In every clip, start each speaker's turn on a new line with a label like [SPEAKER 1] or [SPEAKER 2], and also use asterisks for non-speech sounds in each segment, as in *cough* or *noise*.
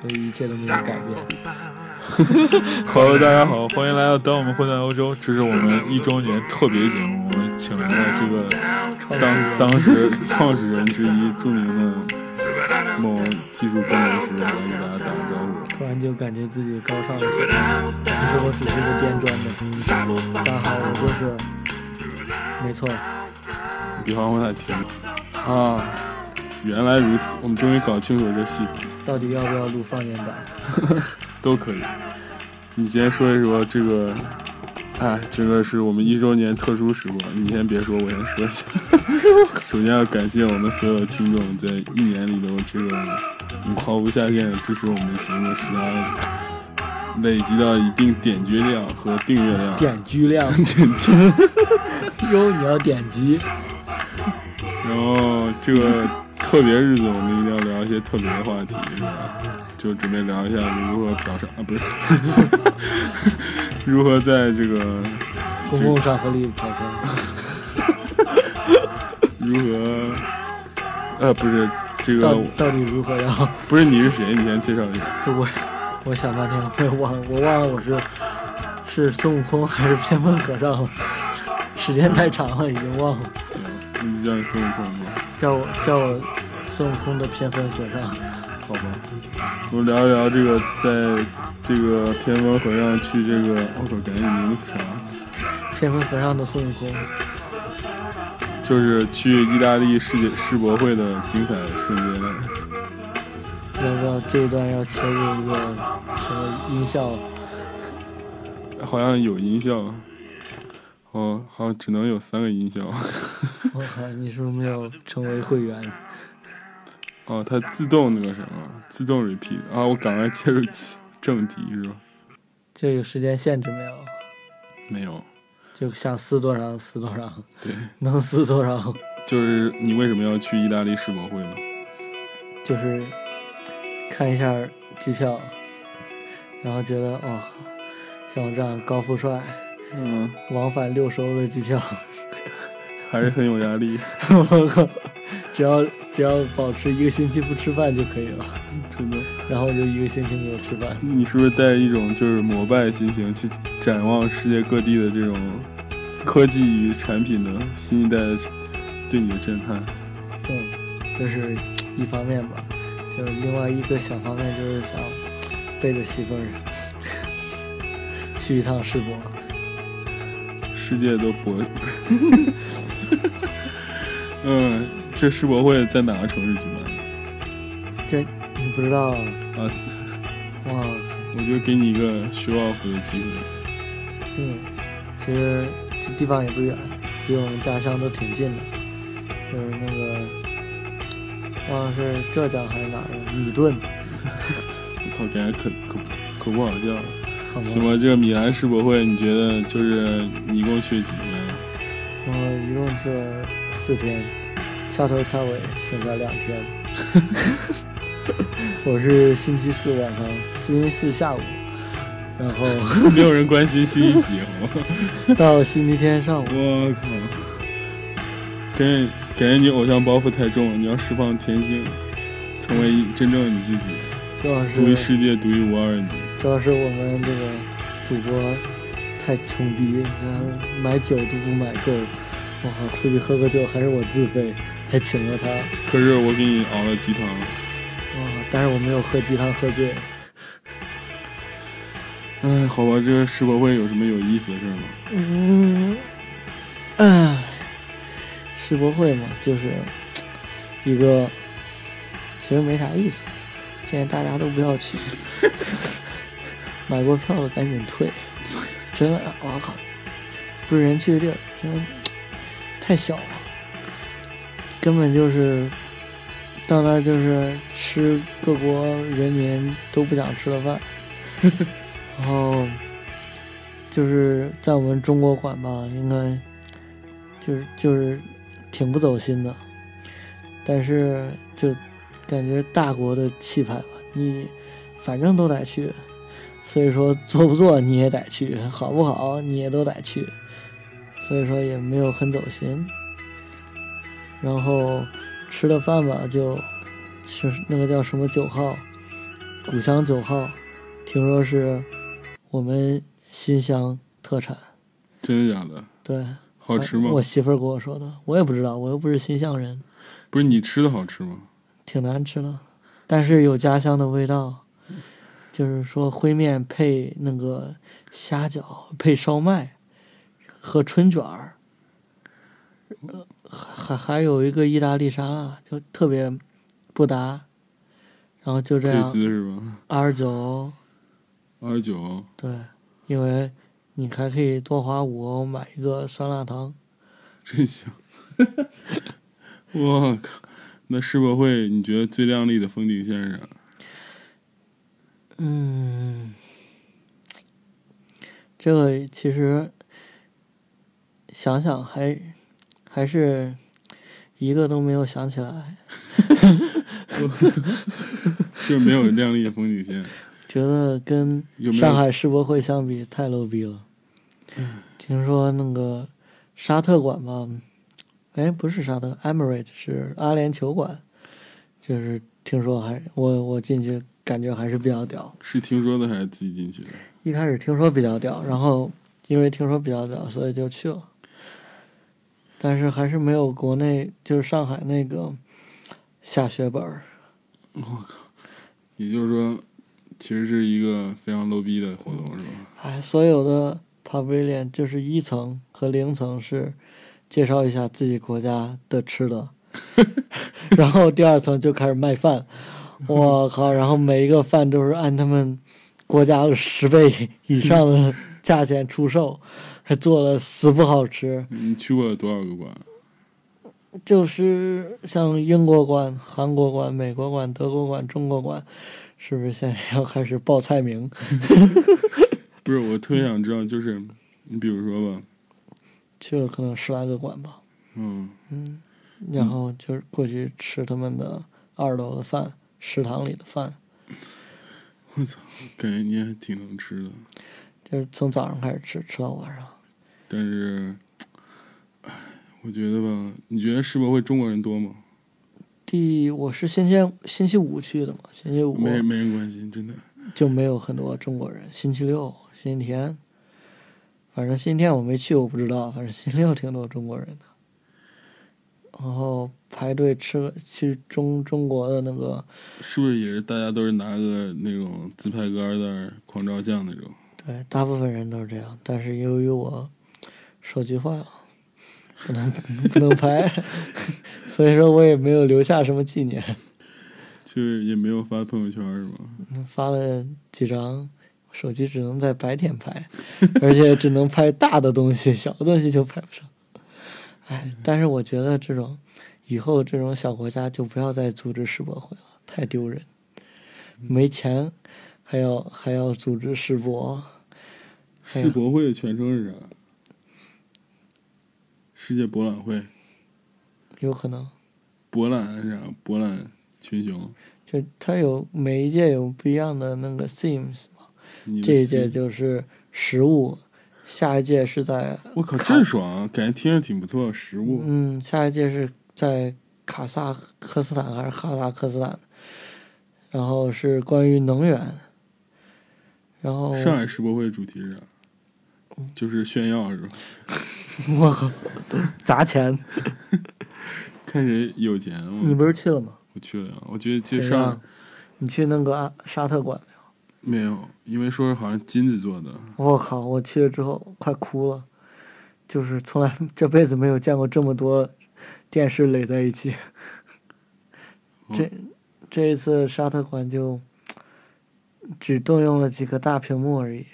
[SPEAKER 1] 所以一切都没有改变。
[SPEAKER 2] Hello，大家好，欢迎来到《当我们混在欧洲》，这是我们一周年特别节目，我们请来了这个当当时创始人之一、著名的某技术工程师来给大家打个招呼。
[SPEAKER 1] 突然就感觉自己高尚了。其实我只是个编砖的，但好，我就是，没错，
[SPEAKER 2] 比方我在听啊，原来如此，我们终于搞清楚了这系统，
[SPEAKER 1] 到底要不要录方言版？
[SPEAKER 2] 都可以。你先说一说这个，哎，这个是我们一周年特殊时刻，你先别说，我先说一 *laughs* 下。首先要感谢我们所有的听众在一年里头这个嗯毫无下限的支持我们的节目，使它累积到一定点击量和订阅量。 *laughs*
[SPEAKER 1] 点击量
[SPEAKER 2] 点击。
[SPEAKER 1] 哟，你要点击，
[SPEAKER 2] 然后这个特别日子，我们一定要聊一些特别的话题，是吧？就准备聊一下如何嫖娼啊，不是， *laughs* 如何在这个
[SPEAKER 1] 公共场合里跑车，
[SPEAKER 2] 如何呃不是这
[SPEAKER 1] 到
[SPEAKER 2] 个
[SPEAKER 1] 到底如何要？
[SPEAKER 2] 不是你是谁？你先介绍一下。
[SPEAKER 1] 就我，我想半天，我也忘了，我忘了我是是孙悟空还是偏门和尚了，时间太长了，已经忘了。
[SPEAKER 2] 行，那嗯就叫你孙悟空吧。
[SPEAKER 1] 叫我叫我孙悟空的偏分和尚，好吧？
[SPEAKER 2] 我们聊一聊这个，在这个偏方和尚去这个，我、靠，感觉你名字啥？
[SPEAKER 1] 偏分和尚的孙悟空，
[SPEAKER 2] 就是去意大利世界世博会的精彩瞬间了。
[SPEAKER 1] 要不要这一段要切入一个什么音效？
[SPEAKER 2] 好像有音效，哦，好像只能有三个音效。
[SPEAKER 1] 我靠，你是不是没有成为会员？
[SPEAKER 2] 哦，它自动那个什么，自动 repeat 啊！我赶快切入正题是吧？
[SPEAKER 1] 这有时间限制没有？
[SPEAKER 2] 没有，
[SPEAKER 1] 就想撕多少撕多少，
[SPEAKER 2] 对，
[SPEAKER 1] 能撕多少
[SPEAKER 2] 就是你为什么要去意大利世博会呢？
[SPEAKER 1] 就是看一下机票，然后觉得哦，像我这样高富帅
[SPEAKER 2] 嗯，
[SPEAKER 1] 往返六十欧的机票，
[SPEAKER 2] 还是很有压力， *laughs*
[SPEAKER 1] 我靠，只要只要保持一个星期不吃饭就可以了。
[SPEAKER 2] 真的。
[SPEAKER 1] 然后我就一个星期没有吃饭，
[SPEAKER 2] 你是不是带一种就是膜拜心情去展望世界各地的这种科技与产品的新一代对你的震撼？
[SPEAKER 1] 嗯，这是一方面吧，就是另外一个小方面就是想背着媳妇儿去一趟世博，
[SPEAKER 2] 世界都博， *laughs* 嗯，这世博会在哪个城市举办的？
[SPEAKER 1] 这你不知道啊
[SPEAKER 2] 啊，
[SPEAKER 1] 哇，
[SPEAKER 2] 我就给你一个 show off 的机会。
[SPEAKER 1] 嗯，其实这地方也不远，离我们家乡都挺近的，就是那个忘了是浙江还是哪儿的米顿，
[SPEAKER 2] 我靠，感觉可可可不好笑了。
[SPEAKER 1] 好
[SPEAKER 2] 行
[SPEAKER 1] 吗？
[SPEAKER 2] 吧，这个米兰世博会，你觉得就是你一共去了几天？
[SPEAKER 1] 我一共去了四天，掐头掐尾，剩下两
[SPEAKER 2] *laughs*
[SPEAKER 1] 天。我是星期四晚上，星期四下午，然后
[SPEAKER 2] 没有人关心新一集，好吗？
[SPEAKER 1] 到星期天
[SPEAKER 2] *laughs*
[SPEAKER 1] 上午。
[SPEAKER 2] 我靠！感觉感觉你偶像包袱太重了，你要释放天性，成为一真正的你自己，
[SPEAKER 1] 主要
[SPEAKER 2] 独
[SPEAKER 1] 是
[SPEAKER 2] 一世界独一无二的你。
[SPEAKER 1] 主要是我们这个主播太穷逼，然后买酒都不买够，我靠，出去喝个酒还是我自费，还请了他。
[SPEAKER 2] 可是我给你熬了鸡汤，
[SPEAKER 1] 哇，但是我没有喝鸡汤喝醉。
[SPEAKER 2] 哎，好吧，这个世博会有什么有意思的事儿吗？
[SPEAKER 1] 嗯，唉，世博会嘛，就是一个，其实没啥意思，建议大家都不要去，买过票的赶紧退，真的，我靠，不是人去的地儿，真的太小了，根本就是到那儿就是吃各国人民都不想吃的饭，然后。就是在我们中国馆吧，应该就是就是挺不走心的，但是就感觉大国的气派吧，你反正都得去，所以说做不做你也得去，好不好你也都得去，所以说也没有很走心。然后吃的饭吧，就是那个叫什么九号，古香九号，听说是我们新乡特产。
[SPEAKER 2] 真的假的？
[SPEAKER 1] 对，
[SPEAKER 2] 好吃吗
[SPEAKER 1] 我？媳妇儿跟我说的，我也不知道，我又不是新乡人，
[SPEAKER 2] 不是你吃的好吃吗？
[SPEAKER 1] 挺难吃的，但是有家乡的味道。就是说烩面配那个虾饺，配烧麦和春卷儿，呃还还有一个意大利沙拉，就特别不搭。然后就这
[SPEAKER 2] 这
[SPEAKER 1] 样
[SPEAKER 2] 次是吧？
[SPEAKER 1] 二十九，
[SPEAKER 2] 二十九，
[SPEAKER 1] 对，因为你还可以多花五欧买一个酸辣汤。
[SPEAKER 2] 真香！ *laughs* 我靠，那世博会你觉得最亮丽的风景线是啥？
[SPEAKER 1] 嗯，这个其实想想还还是一个都没有想起来，
[SPEAKER 2] 就是没有亮丽的风景线， *laughs*
[SPEAKER 1] 觉得跟
[SPEAKER 2] 有没有
[SPEAKER 1] 上海世博会相比太 low 逼了。
[SPEAKER 2] 嗯
[SPEAKER 1] 听说那个沙特馆吧，哎，不是沙特，Emirates 是阿联酋馆，就是听说还我我进去感觉还是比较屌。
[SPEAKER 2] 是听说的还是自己进去的？
[SPEAKER 1] 一开始听说比较屌，然后因为听说比较屌，所以就去了。但是还是没有国内，就是上海那个下血本儿。
[SPEAKER 2] 也就是说，其实是一个非常 low 逼的活动，是吧？
[SPEAKER 1] 哎，所有的 pavilion 就是一层和零层是介绍一下自己国家的吃的，然后第二层就开始卖饭。我靠！然后每一个饭都是按他们国家的十倍以上的价钱出售，还做了死不好吃。
[SPEAKER 2] 你去过多少个馆？
[SPEAKER 1] 就是像英国馆、韩国馆、美国馆、德国馆、中国馆，是不是现在要开始报菜名？
[SPEAKER 2] 不是，我特别想知道，就是你比如说吧，
[SPEAKER 1] 去了可能十来个馆吧，
[SPEAKER 2] 嗯，
[SPEAKER 1] 然后就是过去吃他们的二楼的饭，食堂里的饭，
[SPEAKER 2] 感觉你还挺能吃的，
[SPEAKER 1] 就是从早上开始吃，吃到晚上。
[SPEAKER 2] 但是，唉，我觉得吧，你觉得世博会中国人多吗？
[SPEAKER 1] 第我是星期星期五去的嘛，星期五
[SPEAKER 2] 没没人关心，真的。
[SPEAKER 1] 就没有很多中国人。星期六、星期天，反正星期天我没去，我不知道。反正星期六挺多中国人的。然后排队吃个去中中国的那个，
[SPEAKER 2] 是不是也是大家都是拿个那种自拍杆在那儿狂照相那种？
[SPEAKER 1] 对，大部分人都是这样。但是由于我手机坏了，不能 *laughs* 不能拍，所以说我也没有留下什么纪念。
[SPEAKER 2] 就是也没有发朋友圈是吗？
[SPEAKER 1] 发了几张，手机只能在白天拍， *laughs* 而且只能拍大的东西，小的东西就拍不上。哎，但是我觉得这种以后这种小国家就不要再组织世博会了，太丢人，没钱还要还要组织世博，哎呀
[SPEAKER 2] 世博会的全称是啥？世界博览会，
[SPEAKER 1] 有可能
[SPEAKER 2] 博览是啥？博览群雄。
[SPEAKER 1] 就它有每一届有不一样的那个 themes，
[SPEAKER 2] 你的
[SPEAKER 1] 这一届
[SPEAKER 2] 心
[SPEAKER 1] 就是食物，下一届是在
[SPEAKER 2] 我靠，真爽、啊，感觉听着挺不错。食物，
[SPEAKER 1] 嗯，下一届是在卡萨克斯坦还是哈萨克斯坦？然后是关于能源，然后 *laughs*
[SPEAKER 2] 上海世博会主题是啥？就是炫耀是吧？
[SPEAKER 1] 我靠，砸钱！
[SPEAKER 2] 看谁有钱
[SPEAKER 1] 你
[SPEAKER 2] 我
[SPEAKER 1] 不是去了吗？
[SPEAKER 2] 我去了呀，我觉得去
[SPEAKER 1] 怎
[SPEAKER 2] 上
[SPEAKER 1] 样你去那个啊沙特馆，
[SPEAKER 2] 没有，因为说好像金子做的，
[SPEAKER 1] 我靠！我去了之后快哭了，就是从来这辈子没有见过这么多电视垒在一起。这这一次沙特馆就只动用了几个大屏幕而已。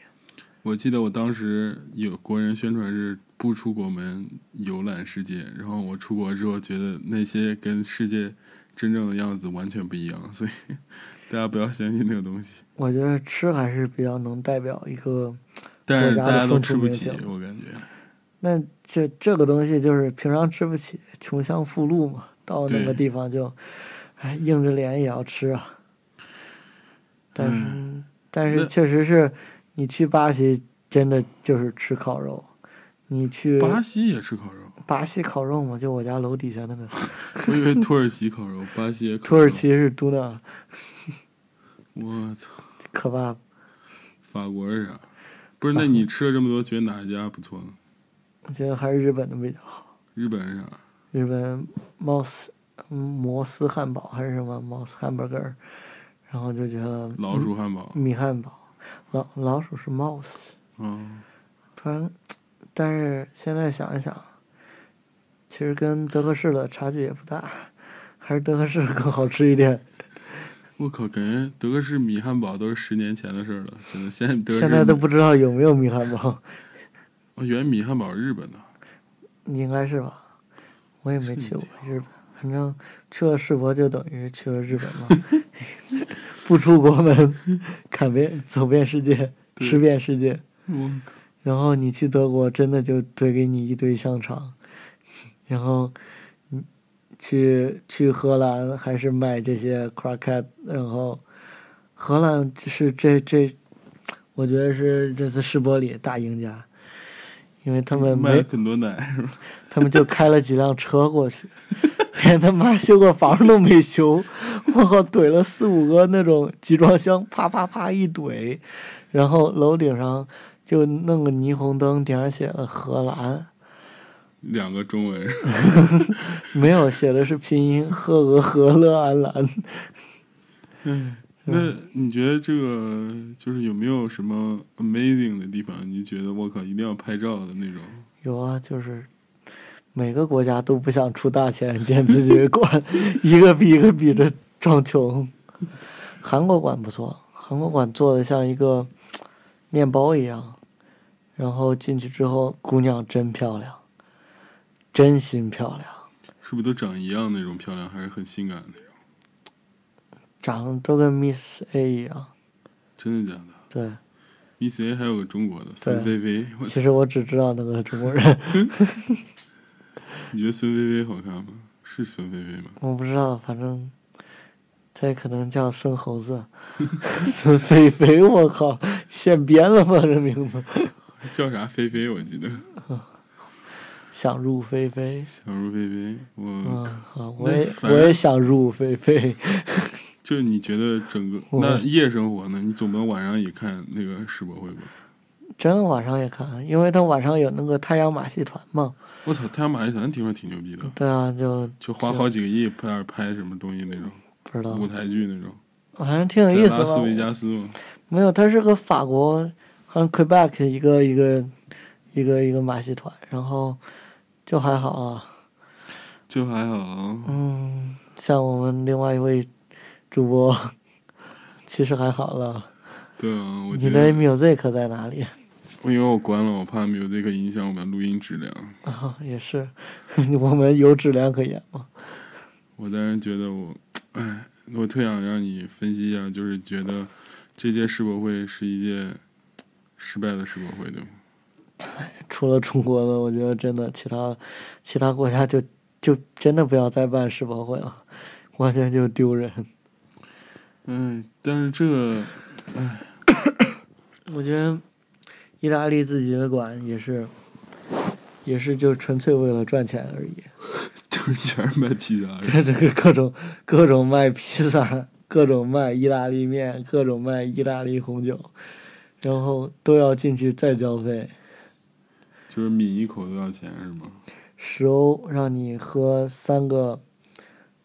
[SPEAKER 2] 我记得我当时有国人宣传是不出国门游览世界，然后我出国之后觉得那些跟世界真正的样子完全不一样，所以 *laughs* 大家不要相信那个东西。
[SPEAKER 1] 我觉得吃还是比较能代表一个，
[SPEAKER 2] 但是大家都吃不起
[SPEAKER 1] 国家的风，
[SPEAKER 2] 我感觉
[SPEAKER 1] 那这这个东西就是平常吃不起，穷乡富路嘛，到那个
[SPEAKER 2] 对
[SPEAKER 1] 地方就，哎，硬着脸也要吃啊。但是，但
[SPEAKER 2] 那
[SPEAKER 1] 是确实是，你去巴西真的就是吃烤肉，你去
[SPEAKER 2] 巴西也吃烤肉，
[SPEAKER 1] 巴西烤肉嘛，就我家楼底下那个。
[SPEAKER 2] 我以为土耳其烤肉，巴西也烤肉
[SPEAKER 1] 土耳其，是嘟的，
[SPEAKER 2] 我操，
[SPEAKER 1] 可怕。
[SPEAKER 2] 法国是啥？不是，那你吃了这么多，觉得哪家不错呢？
[SPEAKER 1] 我觉得还是日本的比较好。
[SPEAKER 2] 日本是啥？
[SPEAKER 1] 日本摩斯嗯摩斯汉堡还是什么摩斯汉堡根儿，然后就觉得嗯
[SPEAKER 2] 老鼠汉堡。
[SPEAKER 1] 米汉堡，老老鼠是 mouse。
[SPEAKER 2] 嗯，
[SPEAKER 1] 突然，但是现在想一想，其实跟德克士的差距也不大，还是德克士更好吃一点。
[SPEAKER 2] 我靠，感觉德克士米汉堡都是十年前的事儿了，真的。现在德克士
[SPEAKER 1] 现在都不知道有没有米汉堡，
[SPEAKER 2] 哦，原来米汉堡是日本的，
[SPEAKER 1] 应该是吧？我也没
[SPEAKER 2] 是
[SPEAKER 1] 去过
[SPEAKER 2] 这
[SPEAKER 1] 日本，反正去了世博就等于去了日本嘛， *laughs* 不出国门， *laughs* 看遍走遍世界，
[SPEAKER 2] 对
[SPEAKER 1] 吃遍世界。
[SPEAKER 2] 我靠，
[SPEAKER 1] 然后你去德国，真的就堆给你一堆香肠，然后你去去荷兰还是买这些 croquette，然后荷兰是这这，我觉得是这次世博里大赢家，因为他们
[SPEAKER 2] 卖了
[SPEAKER 1] 没
[SPEAKER 2] 很多奶是吧？
[SPEAKER 1] 他们就开了几辆车过去， *laughs* 连他妈修个房都没修，我靠，怼了四五个那种集装箱，啪啪啪一怼，然后楼顶上就弄个霓虹灯，顶上写了荷兰，
[SPEAKER 2] 两个中文是吧？ *laughs*
[SPEAKER 1] 没有写的是拼音赫俄荷勒安兰，
[SPEAKER 2] 嗯
[SPEAKER 1] 嗯
[SPEAKER 2] 那你觉得这个就是有没有什么 amazing 的地方？你觉得我靠一定要拍照的那种？
[SPEAKER 1] 有啊，就是。每个国家都不想出大钱建自己的馆， *laughs* 一个比一个比着装穷。韩国馆不错，韩国馆做的像一个面包一样，然后进去之后，姑娘真漂亮，真心漂亮，
[SPEAKER 2] 是不是都长一样那种漂亮，还是很性感那种？
[SPEAKER 1] 长得都跟 Miss A 一样。
[SPEAKER 2] 真的假的
[SPEAKER 1] 对，
[SPEAKER 2] ？Miss A 还有个中国的孙
[SPEAKER 1] 对
[SPEAKER 2] 菲菲，我操
[SPEAKER 1] 其实我只知道那个中国人，
[SPEAKER 2] 你觉得孙菲菲好看吗？是孙菲菲吗？
[SPEAKER 1] 我不知道，反正他可能叫孙猴子、 *laughs* 孙肥肥，我靠，现编了吧这名字？
[SPEAKER 2] 叫啥菲菲？我记得
[SPEAKER 1] 想入非非。
[SPEAKER 2] 想入非非。我
[SPEAKER 1] 嗯，
[SPEAKER 2] 靠，
[SPEAKER 1] 好
[SPEAKER 2] 那
[SPEAKER 1] 我也
[SPEAKER 2] 反
[SPEAKER 1] 我
[SPEAKER 2] 而
[SPEAKER 1] 也想入非非。
[SPEAKER 2] 就你觉得整个
[SPEAKER 1] 我
[SPEAKER 2] 那夜生活呢？你总不能晚上也看那个世博会吧？
[SPEAKER 1] *laughs* 真的晚上也看，因为他晚上有那个太阳马戏团嘛。
[SPEAKER 2] 我操，太阳马戏团听说挺牛逼的，
[SPEAKER 1] 对啊，就
[SPEAKER 2] 就花好几个亿拍点拍什么东西那种
[SPEAKER 1] 不知道，
[SPEAKER 2] 舞台剧那种，
[SPEAKER 1] 反正挺有
[SPEAKER 2] 在
[SPEAKER 1] 嗯意思
[SPEAKER 2] 拉斯维
[SPEAKER 1] 吧。
[SPEAKER 2] 加斯嘛。
[SPEAKER 1] 没有，它是个法国，好像 Quebec 一个一个一个一个马戏团，然后就还好啊。
[SPEAKER 2] 就还好啊，
[SPEAKER 1] 嗯，像我们另外一位主播， *laughs* 其实还好了。
[SPEAKER 2] 对啊，我
[SPEAKER 1] 你
[SPEAKER 2] 觉
[SPEAKER 1] 的
[SPEAKER 2] 得，
[SPEAKER 1] music 在哪里？ *laughs*
[SPEAKER 2] 因为我关了，我怕 music 影响我们录音质量。
[SPEAKER 1] 啊，也是， *laughs* 我们有质量可言吗？
[SPEAKER 2] 我当然觉得我，哎，我特想让你分析一下，就是觉得这届世博会是一届失败的世博会，对吗？
[SPEAKER 1] 除了中国的，我觉得真的其他其他国家就就真的不要再办世博会了，完全就丢人。
[SPEAKER 2] 嗯，但是这个
[SPEAKER 1] 我觉得意大利自己的馆也是也是就纯粹为了赚钱而已，
[SPEAKER 2] *laughs* 就是全是卖披萨的，
[SPEAKER 1] 在这个各种各种卖披萨， *laughs* 各种卖意大利面，各种卖意大利红酒，然后都要进去再交费。
[SPEAKER 2] 就是抿一口都要钱，是吗？
[SPEAKER 1] 十欧让你喝三个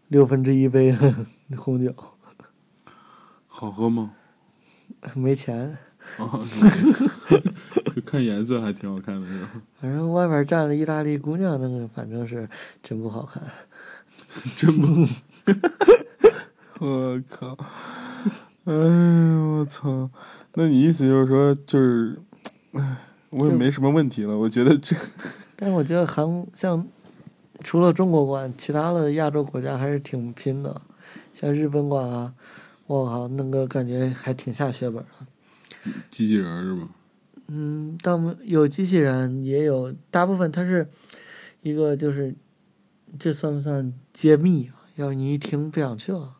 [SPEAKER 1] 六分之一杯 *laughs* 的红酒，
[SPEAKER 2] 好喝吗？
[SPEAKER 1] 没钱。
[SPEAKER 2] 啊， *laughs* 就看颜色还挺好看的，是吧？
[SPEAKER 1] 反正外面站了意大利姑娘，那个反正是真不好看。
[SPEAKER 2] 真不，我靠！哎呦我操！那你意思就是说，就是，哎，我也
[SPEAKER 1] 就
[SPEAKER 2] 没什么问题了。我觉得这
[SPEAKER 1] 但是我觉得韩像除了中国馆，其他的亚洲国家还是挺拼的，像日本馆啊，我靠，那个感觉还挺下血本的。
[SPEAKER 2] *laughs* 机器人儿是吗？
[SPEAKER 1] 嗯，但我们有机器人，也有大部分它是一个就是，这算不算揭秘啊？要你一听不想去了。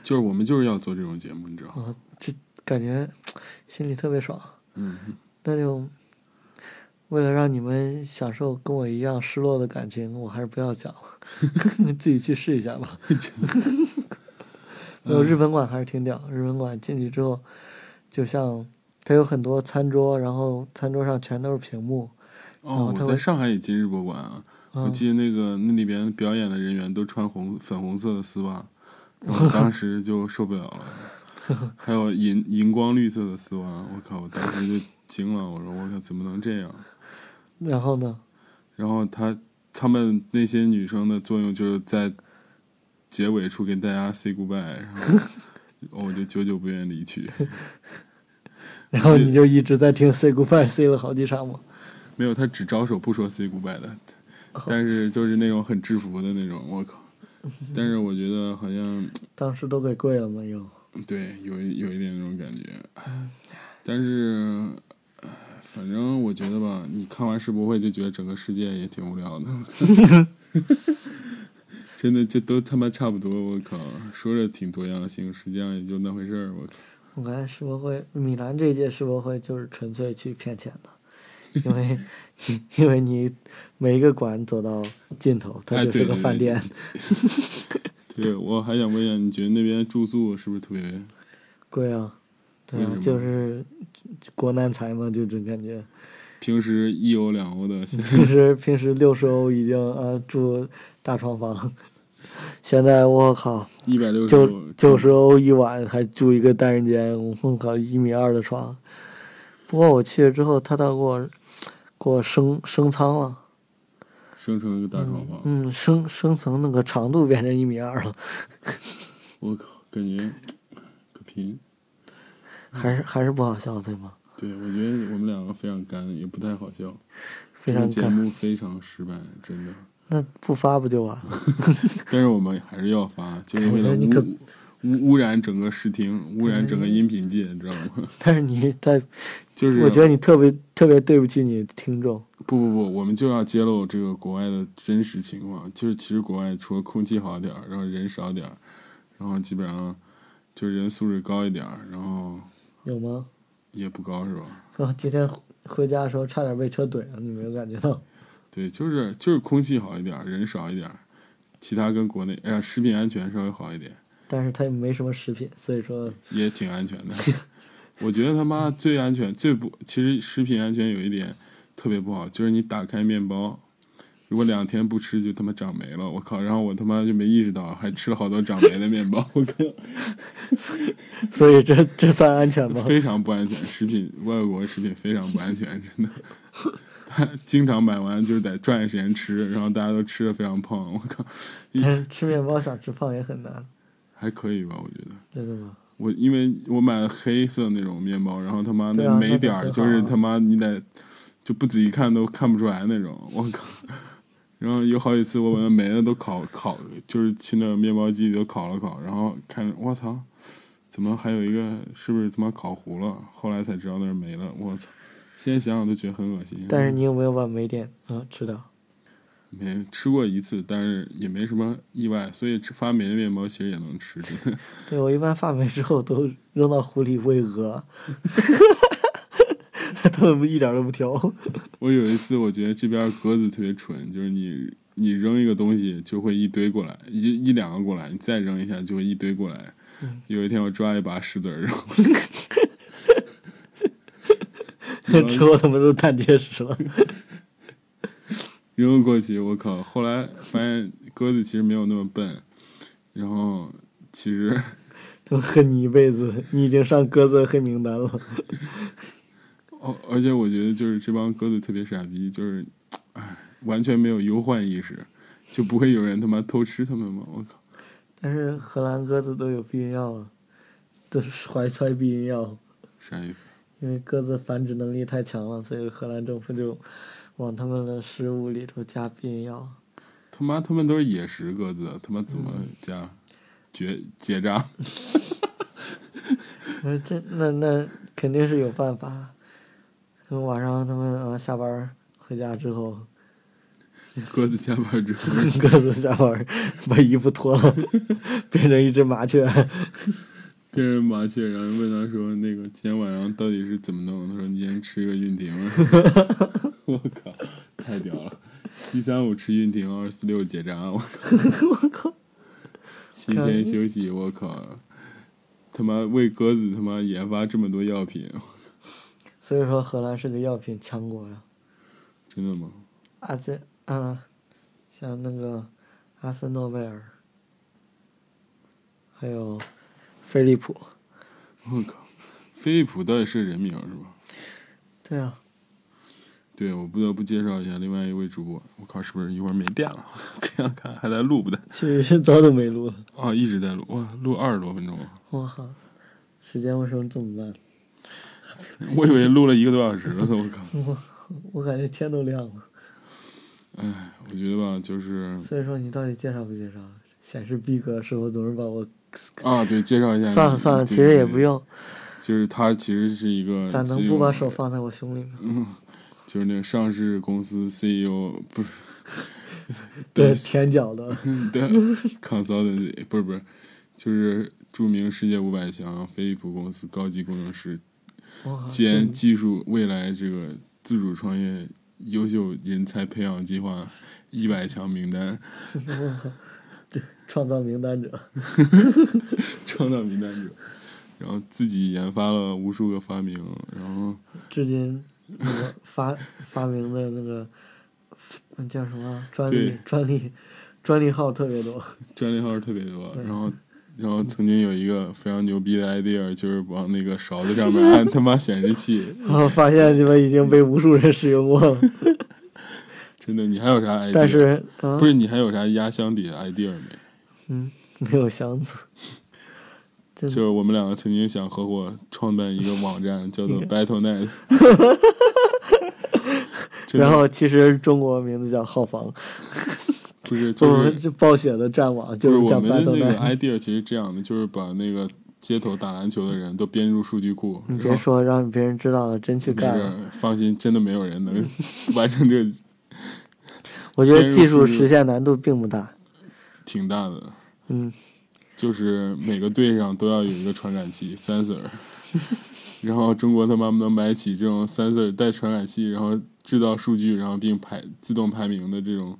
[SPEAKER 2] 就是我们就是要做这种节目，你知道吗？
[SPEAKER 1] 啊，这感觉心里特别爽。
[SPEAKER 2] 嗯，
[SPEAKER 1] 那就为了让你们享受跟我一样失落的感情，我还是不要讲了，自己去试一下吧。没有日本馆还是挺屌，日本馆进去之后，就像它有很多餐桌，然后餐桌上全都是屏幕，然
[SPEAKER 2] 哦
[SPEAKER 1] 后，他
[SPEAKER 2] 我
[SPEAKER 1] 会
[SPEAKER 2] 在上海也进日博馆啊，我
[SPEAKER 1] 嗯，
[SPEAKER 2] 记得那个那里边表演的人员都穿红粉红色的丝袜，然后当时就受不了了。还有荧荧光绿色的丝袜，我靠！我当时就惊了，我说我靠，怎么能这样？
[SPEAKER 1] 然后呢，
[SPEAKER 2] 然后他他们那些女生的作用就是在结尾处跟大家 say goodbye，然后我就久久不愿离去。
[SPEAKER 1] 然后你就一直在听 say goodbye say 了好几场嘛。
[SPEAKER 2] 没有，他只招手不说 say goodbye 的，但是就是那种很制服的那种，我靠！但是我觉得好像
[SPEAKER 1] 当时都给跪了嘛，又
[SPEAKER 2] 对，有一有一点那种感觉，
[SPEAKER 1] 嗯
[SPEAKER 2] 但是。唉反正我觉得吧，你看完世博会就觉得整个世界也挺无聊的，
[SPEAKER 1] 嗯
[SPEAKER 2] *laughs* 真的就都他妈差不多。我靠，说着挺多样性，实际上也就那回事儿。我靠，
[SPEAKER 1] 我感觉世博会，米兰这届世博会就是纯粹去骗钱 *laughs* 的，因为 *laughs* 你因为你每一个馆走到尽头，它
[SPEAKER 2] 哎
[SPEAKER 1] 就是
[SPEAKER 2] 对
[SPEAKER 1] 个
[SPEAKER 2] 对
[SPEAKER 1] 饭
[SPEAKER 2] 对
[SPEAKER 1] 店。
[SPEAKER 2] 对我还想问一下，你觉得那边住宿是不是特别？
[SPEAKER 1] 贵啊，对
[SPEAKER 2] 为
[SPEAKER 1] 啊
[SPEAKER 2] 什，么
[SPEAKER 1] 就是国难财嘛，就这感觉。
[SPEAKER 2] 平时一欧两欧的，现在
[SPEAKER 1] 平时平时六十欧已经啊住大床房，现在我靠
[SPEAKER 2] 一百六十
[SPEAKER 1] 九九十欧一晚还住一个单人间，我靠一米二的床。不过我去了之后，他倒给我给我升升舱了，
[SPEAKER 2] 生成一个大床房，
[SPEAKER 1] 嗯，升升层那个长度变成一米二了，
[SPEAKER 2] 我靠，感觉可贫。嗯
[SPEAKER 1] 还是还是不好笑对吗？
[SPEAKER 2] 对，我觉得我们两个非常干，也不太好笑。
[SPEAKER 1] 非常
[SPEAKER 2] 这个节
[SPEAKER 1] 干，
[SPEAKER 2] 目非常失败，真的。
[SPEAKER 1] 那不发不就完了？ *laughs*
[SPEAKER 2] 但是我们还是要发，就是为了
[SPEAKER 1] 你可
[SPEAKER 2] 污污污染整个视听，污染整个音频界，你知道吗？ *laughs*
[SPEAKER 1] 但是你在，
[SPEAKER 2] 就是
[SPEAKER 1] 嗯我觉得你特别特别对不起你的听众。
[SPEAKER 2] 不不不，我们就要揭露这个国外的真实情况。就是其实国外除了空气好点儿，然后人少点儿，然后基本上就人素质高一点儿，然后
[SPEAKER 1] 有吗？
[SPEAKER 2] 也不高是吧？
[SPEAKER 1] 然后今天回家的时候差点被车怼了，你没有感觉到？
[SPEAKER 2] 对，就是就是空气好一点儿，人少一点儿，其他跟国内哎呀食品安全稍微好一点，
[SPEAKER 1] 但是它也没什么食品，所以说 *laughs*
[SPEAKER 2] 也挺安全的。我觉得他妈最安全最不，其实食品安全有一点特别不好，就是你打开面包，如果两天不吃就他妈长霉了，我靠！然后我他妈就没意识到，还吃了好多长霉的面包，我靠，
[SPEAKER 1] 所以这这算安全吗？
[SPEAKER 2] 非常不安全。食品外国食品非常不安全，真的。他经常买完就是得抓紧时间吃，然后大家都吃的非常胖，我靠，
[SPEAKER 1] 但是吃面包想吃胖也很难，
[SPEAKER 2] 还可以吧？我觉得。
[SPEAKER 1] 真的吗？
[SPEAKER 2] 我因为我买了黑色那种面包，然后他妈
[SPEAKER 1] 对
[SPEAKER 2] 那
[SPEAKER 1] 啊
[SPEAKER 2] 每点
[SPEAKER 1] 那
[SPEAKER 2] 儿
[SPEAKER 1] 个
[SPEAKER 2] 就
[SPEAKER 1] 很
[SPEAKER 2] 是
[SPEAKER 1] 好啊
[SPEAKER 2] 他妈你得就不仔细看都看不出来那种，我靠！然后有好几次我把那霉的都烤烤，就是去那面包机里头烤了烤，然后看着我操，怎么还有一个是不是他妈烤糊了？后来才知道那是霉了，我操！现在想想都觉得很恶心。
[SPEAKER 1] 但是你有没有把霉点啊吃掉？
[SPEAKER 2] 没吃过一次，但是也没什么意外，所以吃发霉的面包其实也能吃， *laughs* 真的。
[SPEAKER 1] 对我一般发霉之后都扔到湖里喂鹅， *laughs* 他们一点都不挑。
[SPEAKER 2] 我有一次，我觉得这边鸽子特别蠢，就是你你扔一个东西就会一堆过来，一一两个过来，你再扔一下就会一堆过来。有一天我抓一把石子儿，然后 *laughs*
[SPEAKER 1] 之后他们都胆结石了。
[SPEAKER 2] 扔过去，我靠！后来发现鸽子其实没有那么笨，然后其实 *laughs*
[SPEAKER 1] 他们恨你一辈子，你已经上鸽子黑名单了。
[SPEAKER 2] 哦，而且我觉得就是这帮鸽子特别傻逼，就是唉，完全没有忧患意识，就不会有人他妈偷吃它们吗？我靠！
[SPEAKER 1] 但是荷兰鸽子都有避孕药啊，都是怀揣避孕药。
[SPEAKER 2] 啥意思？
[SPEAKER 1] 因为鸽子繁殖能力太强了，所以荷兰政府就往他们的食物里头加避孕药。
[SPEAKER 2] 他妈他们都是野食鸽子，他妈怎么加结结扎？
[SPEAKER 1] 那这那那肯定是有办法。嗯晚上他们啊下班儿回家之后， *laughs*
[SPEAKER 2] 鸽子下班之后，
[SPEAKER 1] 鸽子下班儿把衣服脱了， *laughs* 变成一只麻雀。
[SPEAKER 2] 别人麻雀，然后问他说：“那个今天晚上到底是怎么弄？”他说：“你先吃一个运停。” *laughs* 我靠，太屌了！一三五吃运停，二四六结扎，我
[SPEAKER 1] *laughs*
[SPEAKER 2] 靠，
[SPEAKER 1] 我靠，
[SPEAKER 2] 七天休息，我靠，他妈为鸽子他妈研发这么多药品，
[SPEAKER 1] 所以说荷兰是个药品强国呀。
[SPEAKER 2] 真的吗？
[SPEAKER 1] 阿森啊，像那个阿森诺贝尔，还有飞利浦，
[SPEAKER 2] 我靠，飞利浦到底是人名是吧？
[SPEAKER 1] 对啊，
[SPEAKER 2] 对，我不得不介绍一下另外一位主播。我靠，是不是一会儿没电了？ *laughs* 看看还在录不在？
[SPEAKER 1] *laughs* 其实是早就没录了。
[SPEAKER 2] 啊，一直在录，哇，录二十多分钟，
[SPEAKER 1] 我靠，时间为什么这么慢？
[SPEAKER 2] 我以为录了一个多小时了呢。 *laughs* 我靠，
[SPEAKER 1] 嗯我感觉天都亮了。
[SPEAKER 2] 哎，我觉得吧，就是
[SPEAKER 1] 所以说你到底介绍不介绍？显示逼格是我总是把我
[SPEAKER 2] 啊，对，介绍一下。
[SPEAKER 1] 算了算了，其实也不，用，
[SPEAKER 2] 就是他其实是一个，
[SPEAKER 1] 咋能
[SPEAKER 2] 嗯
[SPEAKER 1] 不把手？放在我胸里
[SPEAKER 2] *laughs*
[SPEAKER 1] 呢？
[SPEAKER 2] 就是那个上市公司 CEO 不
[SPEAKER 1] *laughs*
[SPEAKER 2] 是
[SPEAKER 1] 对，舔脚
[SPEAKER 2] *laughs*
[SPEAKER 1] 的，
[SPEAKER 2] 的
[SPEAKER 1] *laughs*
[SPEAKER 2] consultant，不是不是，就是著名世界五百强飞利浦公司高级工程师
[SPEAKER 1] 哇，
[SPEAKER 2] 兼
[SPEAKER 1] 真
[SPEAKER 2] 技术未来这个自主创业优秀人才培养计划一百强名单
[SPEAKER 1] 创造名单者，
[SPEAKER 2] 创造名单者，然后自己研发了无数个发明，然后
[SPEAKER 1] 至今那
[SPEAKER 2] *laughs*
[SPEAKER 1] 个发发明的那个嗯叫什么专
[SPEAKER 2] 对
[SPEAKER 1] 利专利专利号特别
[SPEAKER 2] *laughs*
[SPEAKER 1] 多，
[SPEAKER 2] 专利号特别多，
[SPEAKER 1] 对
[SPEAKER 2] 然后。然后曾经有一个非常牛逼的 idea，就是往那个勺子上面按 *laughs* 他妈显示器，
[SPEAKER 1] 然后发现你们已经被无数人使用过 *laughs*
[SPEAKER 2] 哎
[SPEAKER 1] 了，
[SPEAKER 2] 真的，你还有啥 idea？
[SPEAKER 1] 但是啊
[SPEAKER 2] 不，是你还有啥压箱底的 idea 没？
[SPEAKER 1] 嗯，没有箱子，真
[SPEAKER 2] 就是我们两个曾经想合伙创办一个
[SPEAKER 1] *laughs*
[SPEAKER 2] 网站，叫做 Battle Net。真的
[SPEAKER 1] 然后其实中国名字叫浩房，
[SPEAKER 2] 不是
[SPEAKER 1] 我
[SPEAKER 2] 就
[SPEAKER 1] 们
[SPEAKER 2] 是
[SPEAKER 1] 这暴雪的战网
[SPEAKER 2] 不
[SPEAKER 1] 就是是
[SPEAKER 2] 我
[SPEAKER 1] 叫
[SPEAKER 2] 们的
[SPEAKER 1] Battle
[SPEAKER 2] 那个
[SPEAKER 1] Net。
[SPEAKER 2] idea 其实这样的，就是把那个街头打篮球的人都编入数据库，
[SPEAKER 1] 你
[SPEAKER 2] 然
[SPEAKER 1] 别
[SPEAKER 2] 后
[SPEAKER 1] 说，让别人知道了，真去
[SPEAKER 2] 那
[SPEAKER 1] 干了。
[SPEAKER 2] 个放心，真的没
[SPEAKER 1] *laughs*
[SPEAKER 2] 有人能完成这个，
[SPEAKER 1] 我觉得技
[SPEAKER 2] 编入
[SPEAKER 1] 术
[SPEAKER 2] 数据
[SPEAKER 1] 实现难度并不大。
[SPEAKER 2] 挺大的。
[SPEAKER 1] 嗯，
[SPEAKER 2] 就是每个队上都要有一个传感器 sensor，然后中国他妈能买起这种 sensor 带传感器，然后制造数据，然后并排自动排名的这种，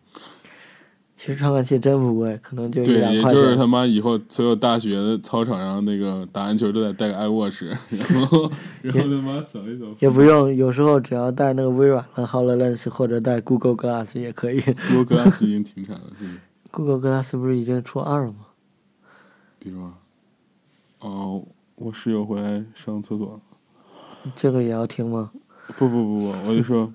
[SPEAKER 1] 其实传感器真不贵，可能就一
[SPEAKER 2] 对，
[SPEAKER 1] 两
[SPEAKER 2] 也
[SPEAKER 1] 块
[SPEAKER 2] 就是
[SPEAKER 1] 钱。
[SPEAKER 2] 他妈以后所有大学的操场上那个打篮球都得带个 iWatch，然 *laughs* 后然后他妈扫一扫，
[SPEAKER 1] 也不用，有时候只要带那个微软的 HoloLens 或者带 Google Glass 也可以。
[SPEAKER 2] 多格拉斯已经停产了，是不是？
[SPEAKER 1] Google Glass 不是已经出二了吗？
[SPEAKER 2] 比如啊，哦，我室友回来上厕所，
[SPEAKER 1] 这个也要听吗？
[SPEAKER 2] 不不不不，我就说，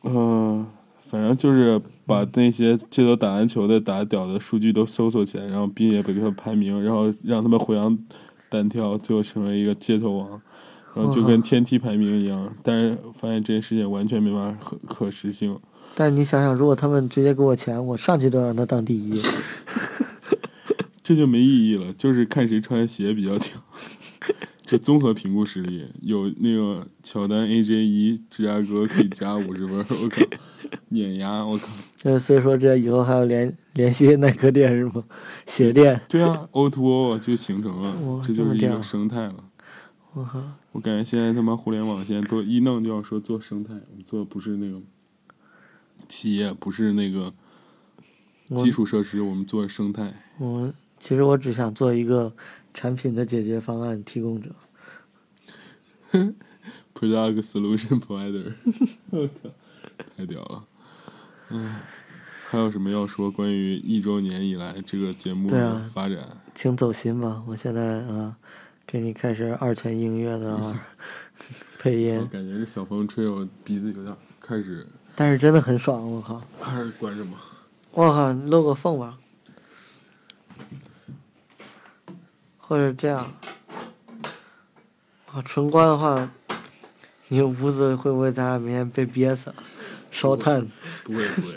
[SPEAKER 2] 呃，反正就是把那些街头打篮球的打屌的数据都搜索起来，然后并且给他们排名，然后让他们回阳单挑，最后成为一个街头王，然后就跟天梯排名一样。但是发现这件事情完全没办法可可实行。
[SPEAKER 1] 但是你想想，如果他们直接给我钱，我上去都让他当第一。
[SPEAKER 2] 这就没意义了，就是看谁穿鞋比较屌。 *laughs* 就综合评估实力，有那个乔丹、AJ 一、芝加哥可以加五十分，我靠，碾压，我靠。
[SPEAKER 1] 呃，所以说这以后还要联联系耐克店是吗？鞋店，
[SPEAKER 2] 对啊，O to O 就形成了
[SPEAKER 1] 哇，
[SPEAKER 2] 这
[SPEAKER 1] 这
[SPEAKER 2] 就
[SPEAKER 1] 么
[SPEAKER 2] 是一
[SPEAKER 1] 屌
[SPEAKER 2] 种生态了。
[SPEAKER 1] 我靠，
[SPEAKER 2] 我感觉现在他妈互联网现在都一弄就要说做生态，我们做的不是那个企业，不是那个
[SPEAKER 1] 我
[SPEAKER 2] 基础设施，我们做的生态。
[SPEAKER 1] 我其实我只想做一个产品的解决方案提供者。
[SPEAKER 2] Product Solution Provider，我 *laughs* 靠，太屌了！嗯，还有什么要说关于一周年以来这个节目
[SPEAKER 1] 对
[SPEAKER 2] 的
[SPEAKER 1] 啊
[SPEAKER 2] 发展？
[SPEAKER 1] 请走心吧，我现在啊、呃给你开始二泉映月的啊 *laughs* 配
[SPEAKER 2] 我
[SPEAKER 1] 音，
[SPEAKER 2] 感觉这小风吹我鼻子有点开始
[SPEAKER 1] 但是真的很爽，我靠，
[SPEAKER 2] 还是关什么？
[SPEAKER 1] 我靠，你露个缝吧，或者这样，啊，纯关的话，你屋子会不会咱俩明天被憋死啊？烧炭，
[SPEAKER 2] 不会不会，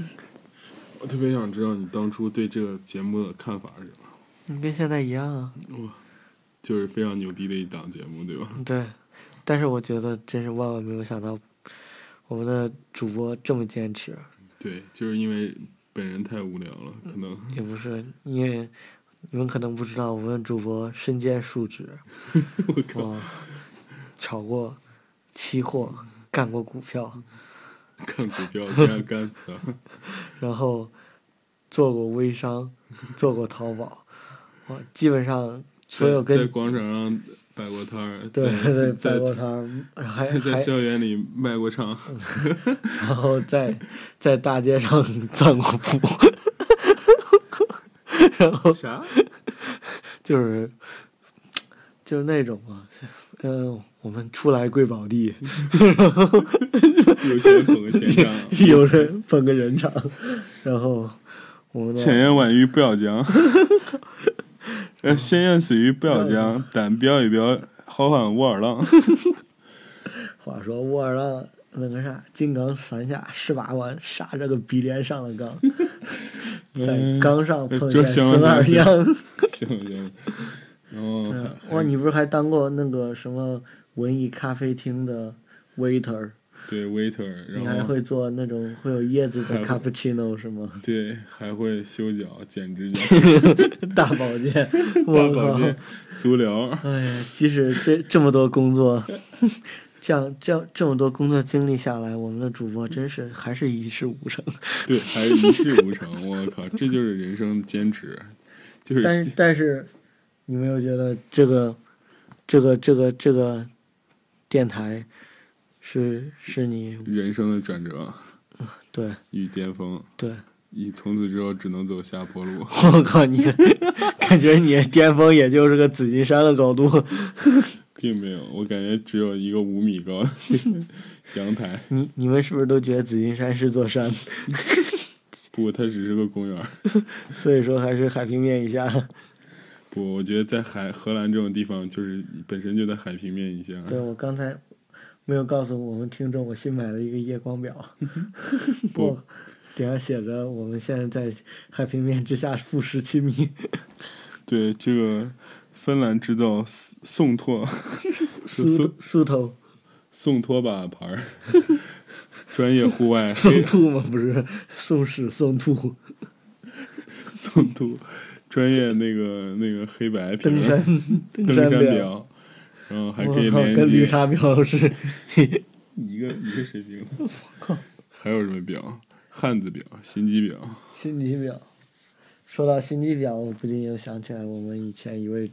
[SPEAKER 2] 我特别想知道你当初对这个节目的看法是什么？
[SPEAKER 1] 你跟现在一样啊，
[SPEAKER 2] 就是非常牛逼的一档节目，对吧？
[SPEAKER 1] 对，但是我觉得真是万万没有想到，我们的主播这么坚持。
[SPEAKER 2] 对，就是因为本人太无聊了，可能
[SPEAKER 1] 也不是，因为你们可能不知道，我们主播身兼数职，
[SPEAKER 2] *laughs*
[SPEAKER 1] 啊
[SPEAKER 2] 我靠，
[SPEAKER 1] 我炒过期货，干过股票，
[SPEAKER 2] 看股票 *laughs* 干干死啊！
[SPEAKER 1] 然后做过微商，做过淘宝，我基本上所有
[SPEAKER 2] 在在
[SPEAKER 1] 跟
[SPEAKER 2] 广场上摆过摊儿，
[SPEAKER 1] *laughs* 对
[SPEAKER 2] 在
[SPEAKER 1] 对摆
[SPEAKER 2] 在
[SPEAKER 1] 过摊儿，还
[SPEAKER 2] 在在
[SPEAKER 1] 还
[SPEAKER 2] 校园里卖过唱，
[SPEAKER 1] 然后在在大街上 *laughs* 赞过步，然后
[SPEAKER 2] 啥？
[SPEAKER 1] 就是就是那种啊，嗯、我们初来贵宝地，
[SPEAKER 2] *laughs* 有钱捧个钱啊
[SPEAKER 1] *laughs*
[SPEAKER 2] 账，
[SPEAKER 1] 有人捧个人场，然后我们
[SPEAKER 2] 浅
[SPEAKER 1] 呢，
[SPEAKER 2] 言婉语不
[SPEAKER 1] *laughs*
[SPEAKER 2] 要讲，呃，闲言碎语不要讲，
[SPEAKER 1] 嗯
[SPEAKER 2] 但表一表好汉武二郎。
[SPEAKER 1] 话说沃尔让那个啥，金刚三下十八弯，杀这个逼脸上了
[SPEAKER 2] *laughs*
[SPEAKER 1] 杠，在杠上碰见
[SPEAKER 2] 这嗯行
[SPEAKER 1] 孙
[SPEAKER 2] 了
[SPEAKER 1] 二
[SPEAKER 2] 行了
[SPEAKER 1] 娘。
[SPEAKER 2] *laughs* 行行，然后
[SPEAKER 1] 嗯，哇，你不是还当过那个什么文艺咖啡厅的 waiter？
[SPEAKER 2] 对 waiter，
[SPEAKER 1] 你还
[SPEAKER 2] 然后
[SPEAKER 1] 会做那种会有叶子的 cappuccino 是吗？ *laughs*
[SPEAKER 2] 对还会修脚、剪指甲、
[SPEAKER 1] 大保健，
[SPEAKER 2] *laughs* 大
[SPEAKER 1] 我
[SPEAKER 2] 保
[SPEAKER 1] 靠！
[SPEAKER 2] 健、足疗。
[SPEAKER 1] 哎呀，即使这这么多工作， *laughs* 这样这样这么多工作经历下来，我们的主播真是还是一事无成。
[SPEAKER 2] 对，还一事无成。我靠，这就是人生的坚持，就是
[SPEAKER 1] 但是但是，你没有觉得这个这个这个这个电台是是你
[SPEAKER 2] 人生的转折
[SPEAKER 1] 对
[SPEAKER 2] 与巅峰。
[SPEAKER 1] 对？ *laughs*
[SPEAKER 2] 你从此之后只能走下坡路。
[SPEAKER 1] 我靠，你 *laughs* 感觉你巅峰也就是个紫金山的高度，
[SPEAKER 2] 并没有，我感觉只有一个五米高
[SPEAKER 1] *laughs*
[SPEAKER 2] 的阳台。
[SPEAKER 1] 你你们是不是都觉得紫金山是座山？
[SPEAKER 2] 不，它只是个公园儿。
[SPEAKER 1] 所以说还是海平面以下。
[SPEAKER 2] 不，我觉得在海荷兰这种地方，就是本身就在海平面以下。
[SPEAKER 1] 对我刚才没有告诉我们听众，我新买了一个夜光表，
[SPEAKER 2] *laughs* 不
[SPEAKER 1] 我顶上写着我们现在在海平面之下负十七
[SPEAKER 2] *laughs*
[SPEAKER 1] 米。
[SPEAKER 2] 对，这个芬兰制造宋宋 *laughs* 拓
[SPEAKER 1] 苏
[SPEAKER 2] 苏
[SPEAKER 1] 苏
[SPEAKER 2] *laughs*
[SPEAKER 1] 头
[SPEAKER 2] 宋拓吧牌儿， *laughs* 专业户外
[SPEAKER 1] 送
[SPEAKER 2] 黑
[SPEAKER 1] 兔吗？不是送屎送兔
[SPEAKER 2] 宋拓，专业那个那个黑白
[SPEAKER 1] 登
[SPEAKER 2] 屏
[SPEAKER 1] 山 *laughs* 登
[SPEAKER 2] 登
[SPEAKER 1] 山
[SPEAKER 2] 山
[SPEAKER 1] 表，
[SPEAKER 2] 表，然后还
[SPEAKER 1] 我
[SPEAKER 2] 可以
[SPEAKER 1] 靠，
[SPEAKER 2] 连
[SPEAKER 1] 跟绿
[SPEAKER 2] 接
[SPEAKER 1] 茶婊是
[SPEAKER 2] *laughs* 一个一个水平。
[SPEAKER 1] 靠
[SPEAKER 2] 还有什么表？汉字表、心机表。
[SPEAKER 1] 心机婊。说到心机婊，我不禁又想起来我们以前一位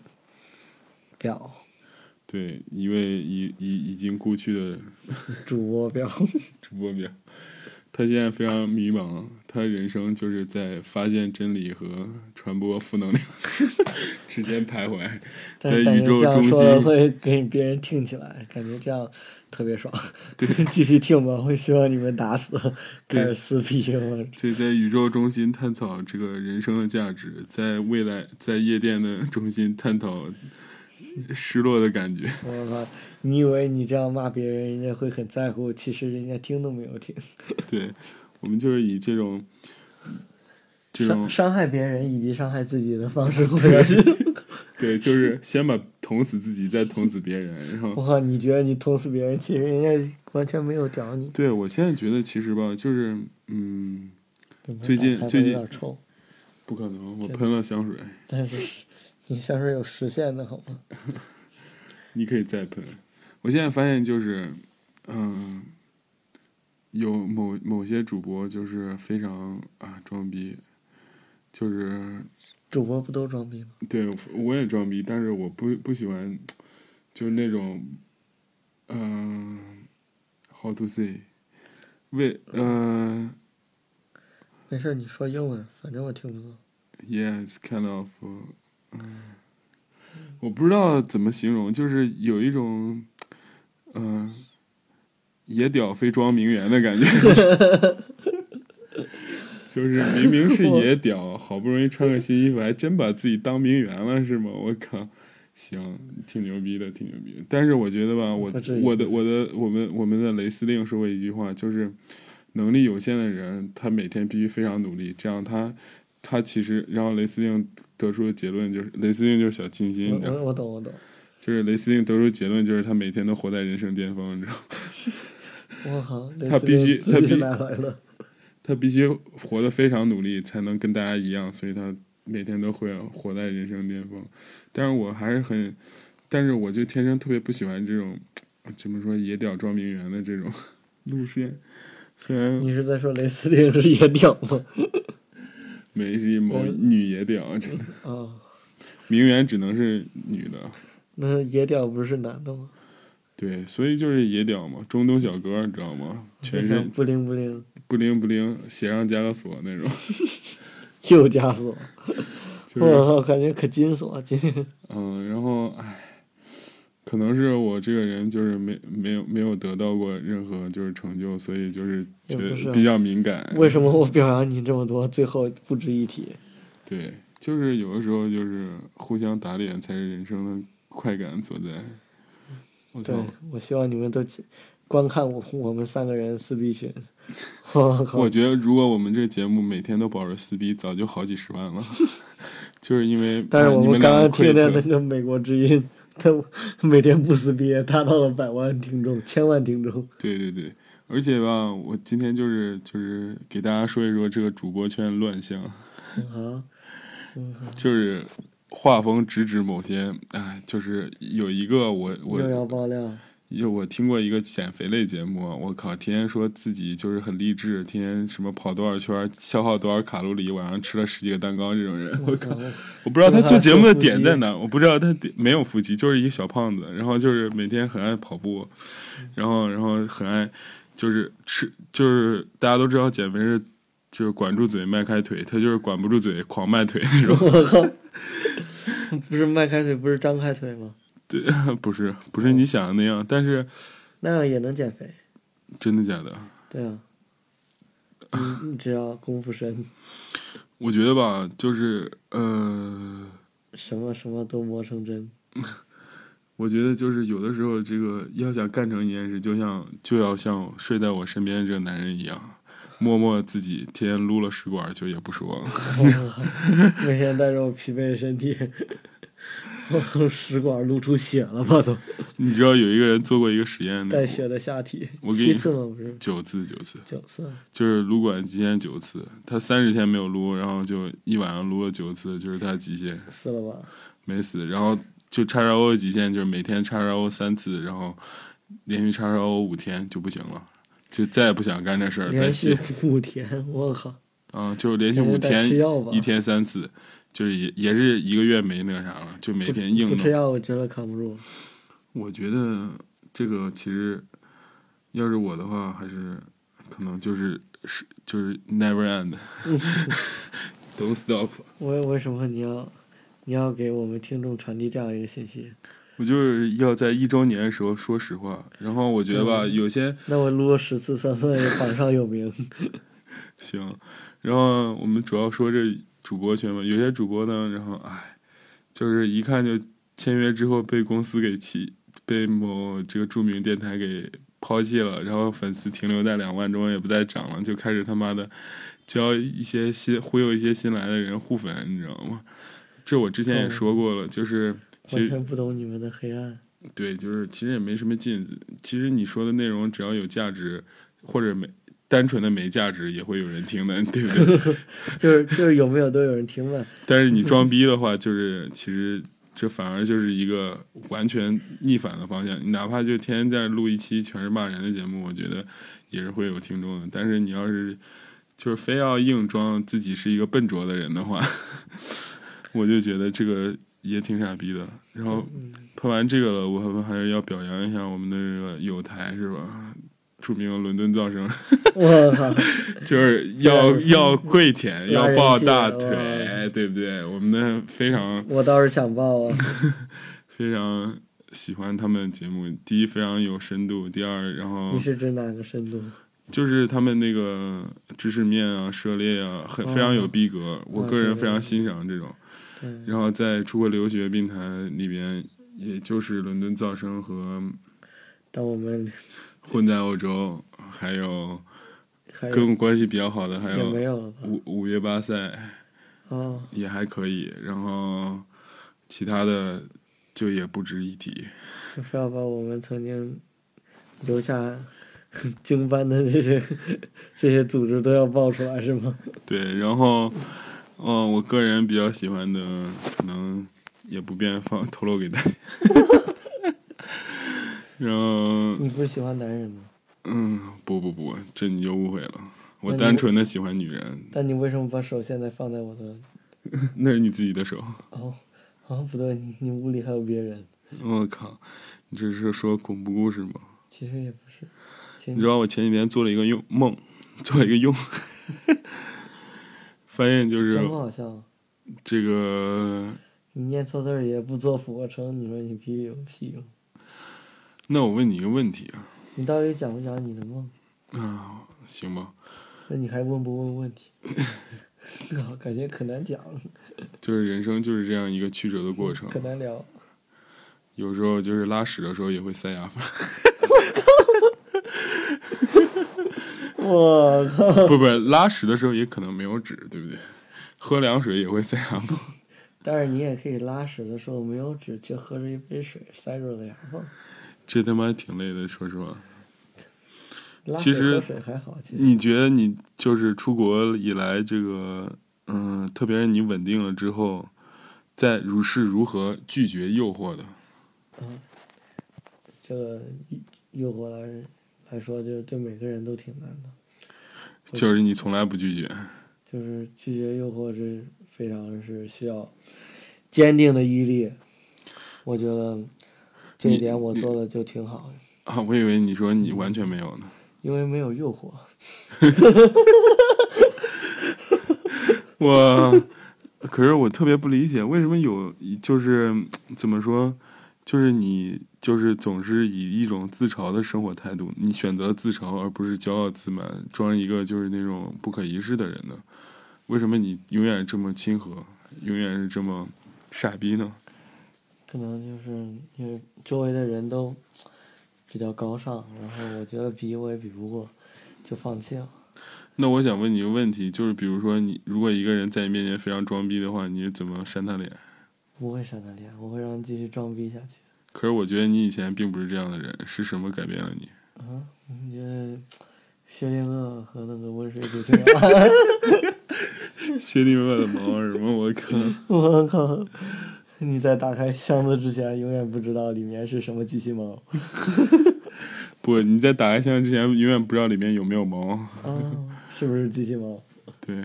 [SPEAKER 1] 婊
[SPEAKER 2] 对，一位已已已经故去的
[SPEAKER 1] 主播婊，
[SPEAKER 2] 主播表，他现在非常迷茫，他人生就是在发现真理和传播负能量 *laughs* 之间徘徊，
[SPEAKER 1] 但
[SPEAKER 2] 在
[SPEAKER 1] 是感
[SPEAKER 2] 宇
[SPEAKER 1] 觉
[SPEAKER 2] 宙
[SPEAKER 1] 这样
[SPEAKER 2] 中
[SPEAKER 1] 说
[SPEAKER 2] 心。
[SPEAKER 1] 会给别人听起来，感觉这样特别爽。 *laughs* 继续听吧，会希望你们打
[SPEAKER 2] *laughs*
[SPEAKER 1] 死，开始撕逼我
[SPEAKER 2] 对，在宇宙中心探讨这个人生的价值，在未来，在夜店的中心探讨失落的感觉。
[SPEAKER 1] *laughs*
[SPEAKER 2] *laughs*
[SPEAKER 1] 我靠！你以为你这样骂别人，人家会很在乎？其实人家听都没有听，
[SPEAKER 2] 对，我们就是以这种这种
[SPEAKER 1] 伤伤害别人以及伤害自己的方式活下
[SPEAKER 2] *laughs*
[SPEAKER 1] 去。
[SPEAKER 2] 对，就是先把捅死自己，再捅死别人，然后
[SPEAKER 1] 我靠！你觉得你捅死别人，其实人家完全没有屌你。
[SPEAKER 2] 对我现在觉得其实吧，就是嗯，
[SPEAKER 1] 你们
[SPEAKER 2] 最近
[SPEAKER 1] 脑袋
[SPEAKER 2] 最
[SPEAKER 1] 有
[SPEAKER 2] 近
[SPEAKER 1] 点臭，
[SPEAKER 2] 不可能，我喷了香水，
[SPEAKER 1] 但是你香水有时限的好吗？
[SPEAKER 2] 你可以再喷。我现在发现就是，嗯、有某某些主播就是非常啊装逼，就是
[SPEAKER 1] 主播不都装逼吗？
[SPEAKER 2] 对我也装逼，但是我不不喜欢，就是那种，嗯、h o w to say，为呃。
[SPEAKER 1] 没事儿，你说英文，反正我听不懂。
[SPEAKER 2] Yes, kind of. 嗯，我不知道怎么形容，就是有一种，嗯、野屌非装名媛的感
[SPEAKER 1] *laughs*
[SPEAKER 2] 觉。就是明明是野屌，好不容易穿个新衣服，还真把自己当名媛了，是吗？
[SPEAKER 1] *laughs*
[SPEAKER 2] 我靠，行，挺牛逼的，挺牛逼的。但是我觉得吧，我
[SPEAKER 1] 不至于
[SPEAKER 2] 我的我的我们我们的雷司令说过一句话，就是能力有限的人，他每天必须非常努力，这样他他其实，然后雷司令得出的结论就是，雷司令就是小清新，你
[SPEAKER 1] 我
[SPEAKER 2] 知道吗
[SPEAKER 1] 我我懂我懂。
[SPEAKER 2] 就是雷司令得出结论就是他每天都活在人生巅峰，你知道吗？
[SPEAKER 1] 我靠！那
[SPEAKER 2] 他
[SPEAKER 1] 司
[SPEAKER 2] 必
[SPEAKER 1] 令
[SPEAKER 2] 须他
[SPEAKER 1] 自己
[SPEAKER 2] 必
[SPEAKER 1] 哪来的？
[SPEAKER 2] 他必须活得非常努力，才能跟大家一样，所以他每天都会活在人生巅峰。但是我还是很，但是我就天生特别不喜欢这种，怎么说野屌装名媛的这种路线，虽然
[SPEAKER 1] 你是在说雷司令是野屌吗？
[SPEAKER 2] 梅是某女野屌，真的，
[SPEAKER 1] 啊、
[SPEAKER 2] 名媛只能是女的，
[SPEAKER 1] 那野屌不是男的吗？
[SPEAKER 2] 对，所以就是野屌嘛，中东小哥，你知道吗？全
[SPEAKER 1] 就像
[SPEAKER 2] 身
[SPEAKER 1] 不灵不灵，
[SPEAKER 2] 不灵不灵，鞋上加个锁
[SPEAKER 1] *laughs*
[SPEAKER 2] 那种，
[SPEAKER 1] 又枷锁，
[SPEAKER 2] 就是
[SPEAKER 1] 我靠，感觉可金锁，今天
[SPEAKER 2] 嗯，然后唉，可能是我这个人就是没没有没有得到过任何就是成就，所以就是
[SPEAKER 1] 也
[SPEAKER 2] 觉
[SPEAKER 1] 不是
[SPEAKER 2] 得比较敏感。
[SPEAKER 1] 为什么我表扬你这么多，最后不值一提？
[SPEAKER 2] 对，就是有的时候就是互相打脸才是人生的快感所在。我
[SPEAKER 1] 对
[SPEAKER 2] 操！，
[SPEAKER 1] 我希望你们都观看我我们三个人撕逼
[SPEAKER 2] *laughs*
[SPEAKER 1] 群，我靠
[SPEAKER 2] 我，觉得如果我们这节目每天都保持撕逼，早就好几十万了。 *laughs* 就是因为
[SPEAKER 1] 但是
[SPEAKER 2] 哎
[SPEAKER 1] 我
[SPEAKER 2] 你们
[SPEAKER 1] 刚
[SPEAKER 2] 两个
[SPEAKER 1] 刚听
[SPEAKER 2] 愧
[SPEAKER 1] 见那
[SPEAKER 2] 疚
[SPEAKER 1] 个美国之音，他每天不撕逼达到了百万听众、千万听众，
[SPEAKER 2] 对对对，而且吧，我今天就是就是给大家说一说这个主播圈乱象。
[SPEAKER 1] 啊，
[SPEAKER 2] 就是画风直指某些，哎，就是有一个我
[SPEAKER 1] 又要
[SPEAKER 2] 我
[SPEAKER 1] 爆
[SPEAKER 2] *laughs*
[SPEAKER 1] 料，
[SPEAKER 2] 有我听过一个减肥类节目，我靠，天天说自己就是很励志，天天什么跑多少圈，消耗多少卡路里，晚上吃了十几个蛋糕这种人，我靠，我不知道他做节目的点在哪，我不知道他点没有腹肌，就是一个小胖子，然后就是每天很爱跑步，然后然后很爱就是吃，就是大家都知道减肥是。就是管住嘴迈开腿，他就是管不住嘴狂迈腿那 *laughs* 种。
[SPEAKER 1] 我靠，不是迈开腿，不是张开腿吗？
[SPEAKER 2] 对，不是不是你想的那样，但是
[SPEAKER 1] 那样也能减肥，
[SPEAKER 2] 真的假的？
[SPEAKER 1] 对啊，你你只要功夫深，
[SPEAKER 2] 我觉得吧，就是呃，
[SPEAKER 1] 什么什么都磨成
[SPEAKER 2] *laughs*
[SPEAKER 1] 针。 *laughs*
[SPEAKER 2] 我觉得就是有的时候，这个要想干成一件事，就像就要像睡在我身边的这个男人一样，默默自己天天撸了食管，就也不说。
[SPEAKER 1] 每天带着我疲惫的身体，我食管露出血了吧都，
[SPEAKER 2] *laughs* 你知道有一个人做过一个实验
[SPEAKER 1] 带
[SPEAKER 2] 的，
[SPEAKER 1] 血的下体，
[SPEAKER 2] 我给你
[SPEAKER 1] 七次吗？不是
[SPEAKER 2] 九次九次，
[SPEAKER 1] 九次，
[SPEAKER 2] 就是撸管极限九次，他三十天没有撸，然后就一晚上撸了九次，就是他极限。
[SPEAKER 1] 死了吧？
[SPEAKER 2] 没死，然后就叉叉 O 的极限就是每天叉叉 O 三次，然后连续叉叉 O 五天就不行了，就再也不想干这事儿。
[SPEAKER 1] 连
[SPEAKER 2] 但
[SPEAKER 1] 续
[SPEAKER 2] 是
[SPEAKER 1] 五天，我靠！
[SPEAKER 2] 啊，就连续五
[SPEAKER 1] 感觉得
[SPEAKER 2] 天
[SPEAKER 1] 吃药吧，
[SPEAKER 2] 一天三次，就是也也是一个月没那个啥了，就每
[SPEAKER 1] 不
[SPEAKER 2] 天硬
[SPEAKER 1] 不吃
[SPEAKER 2] 弄。
[SPEAKER 1] 药，我觉得扛不住。
[SPEAKER 2] 我觉得这个其实要是我的话，还是可能就是是就是 never
[SPEAKER 1] *laughs*
[SPEAKER 2] end，don't stop。
[SPEAKER 1] 为为什么你要你要给我们听众传递这样一个信息？
[SPEAKER 2] 我就是要在一周年的时候说实话，然后我觉得吧，
[SPEAKER 1] 对
[SPEAKER 2] 有些
[SPEAKER 1] *laughs* 那我撸了十次算不算榜上有名？
[SPEAKER 2] 行，然后我们主要说这主播圈嘛，有些主播呢，然后唉，就是一看就签约之后被公司给弃，被某这个著名电台给抛弃了，然后粉丝停留在两万中也不再涨了，就开始他妈的教一些新忽悠一些新来的人互粉，你知道吗？这我之前也
[SPEAKER 1] 嗯
[SPEAKER 2] 说过了，就是其
[SPEAKER 1] 完
[SPEAKER 2] 实
[SPEAKER 1] 全不懂你们的黑暗。
[SPEAKER 2] 对，就是其实也没什么劲。其实你说的内容只要有价值，或者没单纯的没价值，也会有人听的，对不对？
[SPEAKER 1] 就是就是有没有都有人听问，
[SPEAKER 2] 但是你装逼的话，就是其实这反而就是一个完全逆反的方向。你哪怕就天天在录一期全是骂人的节目，我觉得也是会有听众的。但是你要是就是非要硬装自己是一个笨拙的人的话， *laughs* 我就觉得这个也挺傻逼的。然后喷完这个了，我们还是要表扬一下我们的这个友台是吧？著名的伦敦噪声，
[SPEAKER 1] 我靠！ *laughs*
[SPEAKER 2] 就是要要跪舔，
[SPEAKER 1] 拉
[SPEAKER 2] 要
[SPEAKER 1] 人
[SPEAKER 2] 抱
[SPEAKER 1] 气
[SPEAKER 2] 大
[SPEAKER 1] 哇
[SPEAKER 2] 腿，对不对？我们的非常
[SPEAKER 1] 我倒是想报啊，
[SPEAKER 2] 非常喜欢他们的节目，第一非常有深度，第二然后
[SPEAKER 1] 你是指哪个深度？
[SPEAKER 2] 就是他们那个知识面啊、涉猎啊，很
[SPEAKER 1] 哦
[SPEAKER 2] 非常有逼格，我个人非常欣赏这种。
[SPEAKER 1] 对，
[SPEAKER 2] 然后在出国留学病谈里边，也就是伦敦噪声和
[SPEAKER 1] 但我们
[SPEAKER 2] 混在欧洲，还有
[SPEAKER 1] 还有
[SPEAKER 2] 跟我关系比较好的还
[SPEAKER 1] 也没
[SPEAKER 2] 有
[SPEAKER 1] 有了吧？
[SPEAKER 2] 五五月巴塞。
[SPEAKER 1] 哦，
[SPEAKER 2] 也还可以，然后其他的就也不值一提。
[SPEAKER 1] 就非要把我们曾经留下 *laughs* 经班的这些这些组织都要爆出来是吗？ *laughs*
[SPEAKER 2] 对，然后，嗯、我个人比较喜欢的，可能也不便放 *laughs* 透露给大家。然后
[SPEAKER 1] 你不是喜欢男人吗？
[SPEAKER 2] 嗯，不不不，这你就误会了。我
[SPEAKER 1] 那你
[SPEAKER 2] 单纯的喜欢女人， *laughs*
[SPEAKER 1] 但你为什么把手现在放在我的？
[SPEAKER 2] 那是你自己的手。
[SPEAKER 1] 哦，哦，不对，你你屋里还有别人？
[SPEAKER 2] 我靠，你这是说恐怖故事吗？
[SPEAKER 1] 其实也不是，请
[SPEAKER 2] 你知道我前几天做了一个用梦，做了一个用， *laughs* 发现就是
[SPEAKER 1] 真不好笑。
[SPEAKER 2] 这个。
[SPEAKER 1] 你念错字儿也不做俯卧撑，你说你逼有屁用？
[SPEAKER 2] 那我问你一个问题啊，
[SPEAKER 1] 你到底讲不讲你的梦？
[SPEAKER 2] 啊，行吧？
[SPEAKER 1] 那你还问不问问题？ *laughs* 靠，感觉可难讲，
[SPEAKER 2] 就是人生就是这样一个曲折的过程，
[SPEAKER 1] 可难聊。
[SPEAKER 2] 有时候就是拉屎的时候也会塞牙缝，
[SPEAKER 1] *laughs*
[SPEAKER 2] *laughs*
[SPEAKER 1] 我靠！
[SPEAKER 2] 不不，拉屎的时候也可能没有纸，对不对？喝凉水也会塞牙缝， *laughs*
[SPEAKER 1] 但是你也可以拉屎的时候没有纸，却喝着一杯水塞住了牙缝。
[SPEAKER 2] 这他妈挺累的，说实话。
[SPEAKER 1] 拉
[SPEAKER 2] 其
[SPEAKER 1] 水
[SPEAKER 2] 实
[SPEAKER 1] 喝水还好，其实
[SPEAKER 2] 你觉得你就是出国以来这个，嗯，特别是你稳定了之后，在如是如何拒绝诱惑的？
[SPEAKER 1] 啊这个诱惑来来说，就是对每个人都挺难的。
[SPEAKER 2] 就是你从来不拒绝，
[SPEAKER 1] 就是拒绝诱惑是非常是需要坚定的毅力。我觉得这一点我做的就挺好的，
[SPEAKER 2] 啊！我以为你说你完全没有呢。
[SPEAKER 1] 因为没有诱惑。
[SPEAKER 2] 我，可是我特别不理解，为什么有就是怎么说，就是你就是总是以一种自嘲的生活态度，你选择自嘲而不是骄傲自满，装一个就是那种不可一世的人呢？为什么你永远这么亲和，永远是这么傻逼呢？
[SPEAKER 1] 可能就是因为周围的人都比较高尚，然后我觉得比我也比不过，就放弃了。
[SPEAKER 2] 那我想问你一个问题，就是比如说你如果一个人在你面前非常装逼的话，你怎么扇他脸？
[SPEAKER 1] 不会删他脸，我会让他继续装逼下去。
[SPEAKER 2] 可是我觉得你以前并不是这样的人，是什么改变了 *laughs* 你？
[SPEAKER 1] 啊，我觉得薛定谔和那个温水煮青蛙， *laughs*
[SPEAKER 2] 薛定谔的毛什么？我靠！
[SPEAKER 1] 我靠！你在打开箱子之前，永远不知道里面是什么机器猫。
[SPEAKER 2] 不，你在打开箱之前永远不知道里面有没有毛。嗯
[SPEAKER 1] 啊， *laughs* 是不是机器猫？
[SPEAKER 2] 对，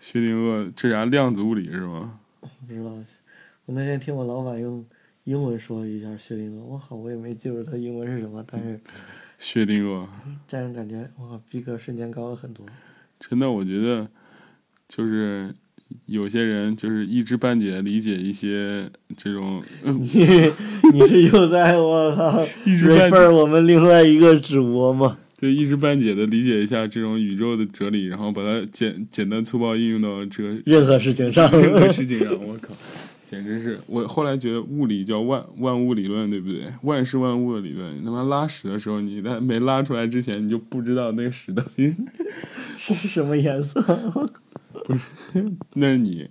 [SPEAKER 2] 薛定谔这啥量子物理是吗？
[SPEAKER 1] 不知道。我那天听我老板用英文说了一下薛定谔，我靠，我也没记住他英文是什么，但是
[SPEAKER 2] 薛定谔，
[SPEAKER 1] 这样感觉，我靠，逼格瞬间高了很多。 *laughs*
[SPEAKER 2] 真的，我觉得就是有些人就是一知半解理解一些这种， *laughs* 呃
[SPEAKER 1] 你你是又在我靠
[SPEAKER 2] *laughs* 一直在
[SPEAKER 1] refer 我们另外一个主播吗？
[SPEAKER 2] 对一知半解的理解一下这种宇宙的哲理，然后把它简简单粗暴应用到这个
[SPEAKER 1] 任何事情
[SPEAKER 2] *laughs*
[SPEAKER 1] 上。
[SPEAKER 2] 这个事情上，我靠！简直是我后来觉得物理叫万万物理论，对不对？万事万物的理论，你他妈拉屎的时候，你在没拉出来之前，你就不知道那个屎到底，
[SPEAKER 1] 是什么颜色？
[SPEAKER 2] *laughs*
[SPEAKER 1] *laughs*
[SPEAKER 2] 那是你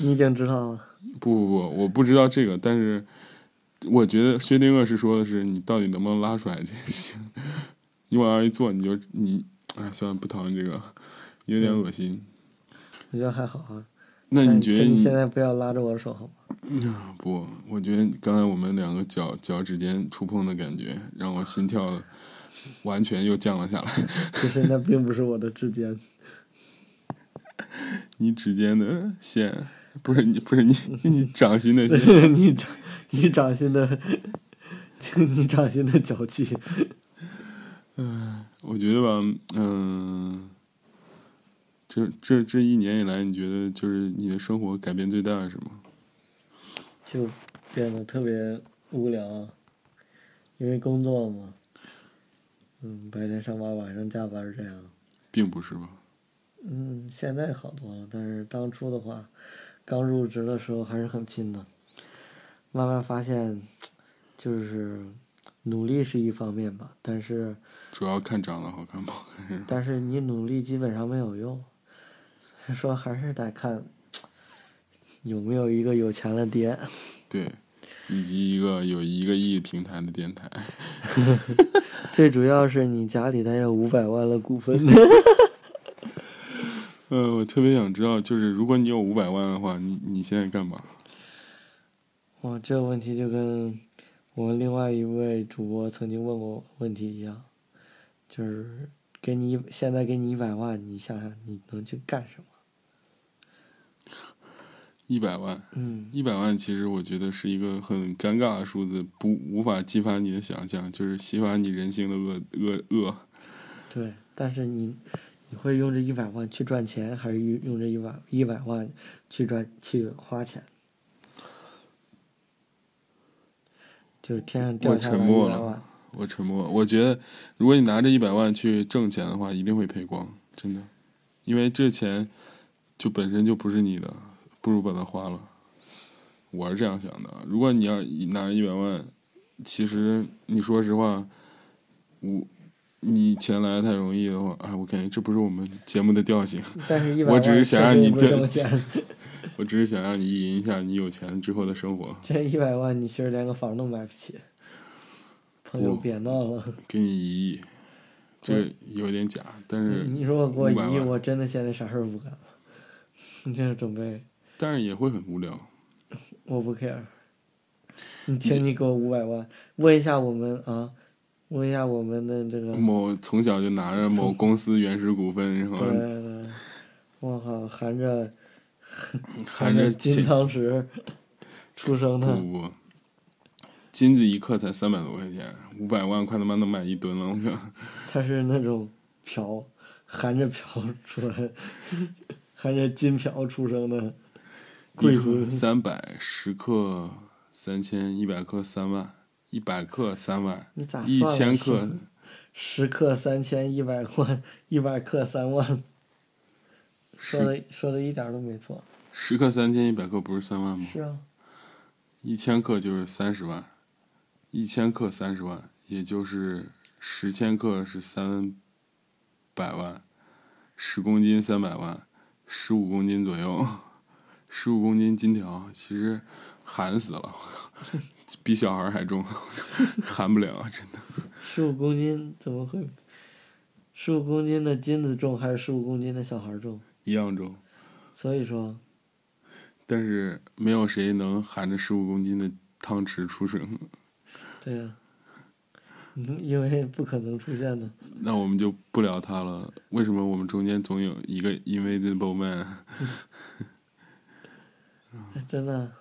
[SPEAKER 1] 你已经知道了。
[SPEAKER 2] 不不不，我不知道这个，但是我觉得薛定谔是说的是你到底能不能拉出来这件事情。你往那儿一坐，你就你哎，算了，不讨论这个，有点恶心。
[SPEAKER 1] 我觉得还好啊。
[SPEAKER 2] 那
[SPEAKER 1] 但
[SPEAKER 2] 你觉得
[SPEAKER 1] 请你
[SPEAKER 2] 你
[SPEAKER 1] 现在不要拉着我的手好吗？
[SPEAKER 2] 啊 *laughs* 不，我觉得刚才我们两个脚脚趾间触碰的感觉，让我心跳完全又降了下来。 *laughs*
[SPEAKER 1] 其实那并不是我的指尖，
[SPEAKER 2] 你指尖的线，不是你，不 *laughs* 是你，你掌心的
[SPEAKER 1] 那 *laughs*
[SPEAKER 2] 线。
[SPEAKER 1] 是你掌你掌心的， *laughs* 就你掌心的脚气。
[SPEAKER 2] 我觉得吧，嗯、这这这一年以来，你觉得就是你的生活改变最大是什么？
[SPEAKER 1] *laughs* 就变得特别无聊啊，因为工作嘛，嗯，白天上班，晚上加班这样。
[SPEAKER 2] 并不是吧？
[SPEAKER 1] 嗯，现在好多了，但是当初的话，刚入职的时候还是很拼的。慢慢发现，就是努力是一方面吧，但是
[SPEAKER 2] 主要看长得好看不好看是吧？
[SPEAKER 1] 但是你努力基本上没有用，所以说还是得看有没有一个有钱的爹。
[SPEAKER 2] 对，以及一个有一个亿平台的电台。 *laughs*
[SPEAKER 1] 最主要是你家里得有五百万的股份。 *laughs*
[SPEAKER 2] 呃，我特别想知道，就是如果你有五百万的话，你你现在干嘛？
[SPEAKER 1] 哇，这个问题就跟我们另外一位主播曾经问过我问题一样，就是给你一现在给你一百万，你想想你能去干什么？
[SPEAKER 2] 一百万，
[SPEAKER 1] 嗯，
[SPEAKER 2] 一百万其实我觉得是一个很尴尬的数字，不无法激发你的想象，就是激发你人性的恶恶恶。
[SPEAKER 1] 对，但是你你会用这一百万去赚钱，还是用用这一百一百万去赚去花钱？就是天上掉
[SPEAKER 2] 我
[SPEAKER 1] 下
[SPEAKER 2] 沉
[SPEAKER 1] 来一
[SPEAKER 2] 默
[SPEAKER 1] 百
[SPEAKER 2] 了
[SPEAKER 1] 万，
[SPEAKER 2] 我沉默。我觉得，如果你拿着一百万去挣钱的话，一定会赔光，真的，因为这钱就本身就不是你的，不如把它花了。我是这样想的。啊如果你要拿着一百万，其实你说实话，我你钱来的太容易的话，哎，我感觉这不是我们节目的调性。
[SPEAKER 1] 但是一百
[SPEAKER 2] 我
[SPEAKER 1] 万
[SPEAKER 2] 只是想让你
[SPEAKER 1] 确实也
[SPEAKER 2] 这
[SPEAKER 1] 不挣
[SPEAKER 2] *laughs*
[SPEAKER 1] 钱，
[SPEAKER 2] 我只是想让你意淫一下你有钱之后的生活，
[SPEAKER 1] 这一百万你其实连个房都买不起。朋友
[SPEAKER 2] 我
[SPEAKER 1] 别闹了。
[SPEAKER 2] 给你一亿，这个有点假，但是
[SPEAKER 1] *laughs* 你如果给我
[SPEAKER 2] 500
[SPEAKER 1] 一亿，
[SPEAKER 2] 万
[SPEAKER 1] 我真的现在啥事儿不干了。 *laughs* 你这是准备，
[SPEAKER 2] 但是也会很无聊。
[SPEAKER 1] 我不 care。你请你给我五百万，问一下我们啊，问一下我们的这个，
[SPEAKER 2] 某从小就拿着某公司原始股份，然后
[SPEAKER 1] 对对，我靠，含着
[SPEAKER 2] 含着
[SPEAKER 1] 金
[SPEAKER 2] 金
[SPEAKER 1] 汤匙出生
[SPEAKER 2] 不
[SPEAKER 1] 的，
[SPEAKER 2] 不不，金子一克才三百多块钱，五百万块他妈能买一吨了，我靠！
[SPEAKER 1] 他是那种瓢，含着瓢出来， *laughs* 含着金瓢出生的贵
[SPEAKER 2] 一
[SPEAKER 1] 族
[SPEAKER 2] 克，三百，十克三千，一百克三万，一百克三万，
[SPEAKER 1] 你咋
[SPEAKER 2] 一
[SPEAKER 1] 算的
[SPEAKER 2] 千克
[SPEAKER 1] 十克三千，一百万，一百克三万，说
[SPEAKER 2] 十
[SPEAKER 1] 的说的一点儿都没错。
[SPEAKER 2] 十克三千，一百克不是三万吗？
[SPEAKER 1] 是啊，
[SPEAKER 2] 一千克就是三十万，一千克三十万，也就是十千克是三百万，十公斤三百万，十五公斤左右，十五公斤金条，其实寒死了， *laughs* 比小孩儿还重， *laughs* 寒不了，真的。
[SPEAKER 1] 十五公斤怎么会？十五公斤的金子重还是十五公斤的小孩儿重？
[SPEAKER 2] 一样重，
[SPEAKER 1] 所以说，
[SPEAKER 2] 但是没有谁能含着十五公斤的汤匙出生，
[SPEAKER 1] 对呀、嗯，因为不可能出现的。
[SPEAKER 2] 那我们就不聊他了。为什么我们中间总有一个 invisible man？
[SPEAKER 1] 真的，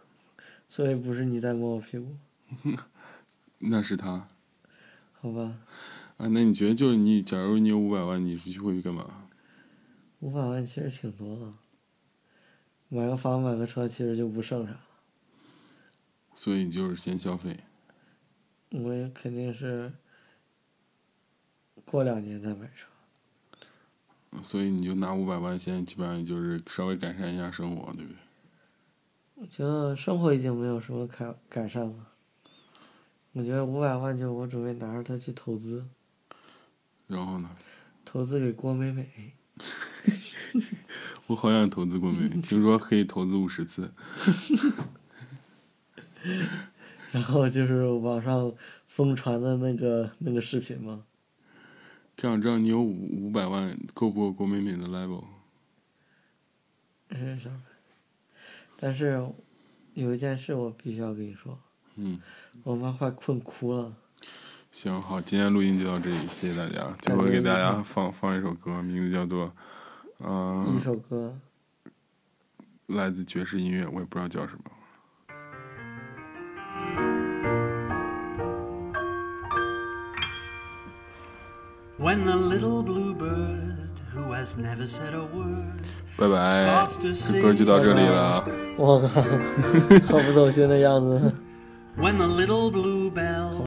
[SPEAKER 1] 所以不是你在摸我屁股，
[SPEAKER 2] 那是他。
[SPEAKER 1] 好吧？
[SPEAKER 2] 啊，那你觉得就是你，假如你有五百万，你是去会去干嘛？
[SPEAKER 1] 五百万其实挺多的，买个房买个车其实就不剩啥，
[SPEAKER 2] 所以你就是先消费。
[SPEAKER 1] 我也肯定是过两年再买车。
[SPEAKER 2] 嗯所以你就拿五百万，现在基本上就是稍微改善一下生活，对不对？
[SPEAKER 1] 我觉得生活已经没有什么改改善了。我觉得五百万就我准备拿着它去投资，
[SPEAKER 2] 然后呢，
[SPEAKER 1] 投资给郭美美。
[SPEAKER 2] 我好想投资国美，听说可以投资五十次。
[SPEAKER 1] 然后就是网上疯传的那个那个视频嘛，
[SPEAKER 2] 这样知道你有五五百万够不够国美美的 level？
[SPEAKER 1] 是啥？但是有一件事我必须要跟你说，
[SPEAKER 2] 嗯，
[SPEAKER 1] 我妈快困哭了。
[SPEAKER 2] 行，好，今天录音就到这里，谢谢大家。最后
[SPEAKER 1] 感觉
[SPEAKER 2] 给大
[SPEAKER 1] 如
[SPEAKER 2] 家放放一首歌，名字叫做嗯、
[SPEAKER 1] 一首歌，
[SPEAKER 2] 来自爵士音乐，我也不知道叫什么。
[SPEAKER 3] When the little blue bird who has never said a word
[SPEAKER 2] 拜拜
[SPEAKER 3] starts，to
[SPEAKER 2] 这
[SPEAKER 3] sing
[SPEAKER 2] 歌就到这里
[SPEAKER 3] his
[SPEAKER 2] 了
[SPEAKER 3] song.
[SPEAKER 2] 啊。
[SPEAKER 1] *laughs* 我靠，好不走心的样子。
[SPEAKER 3] When the little blue bell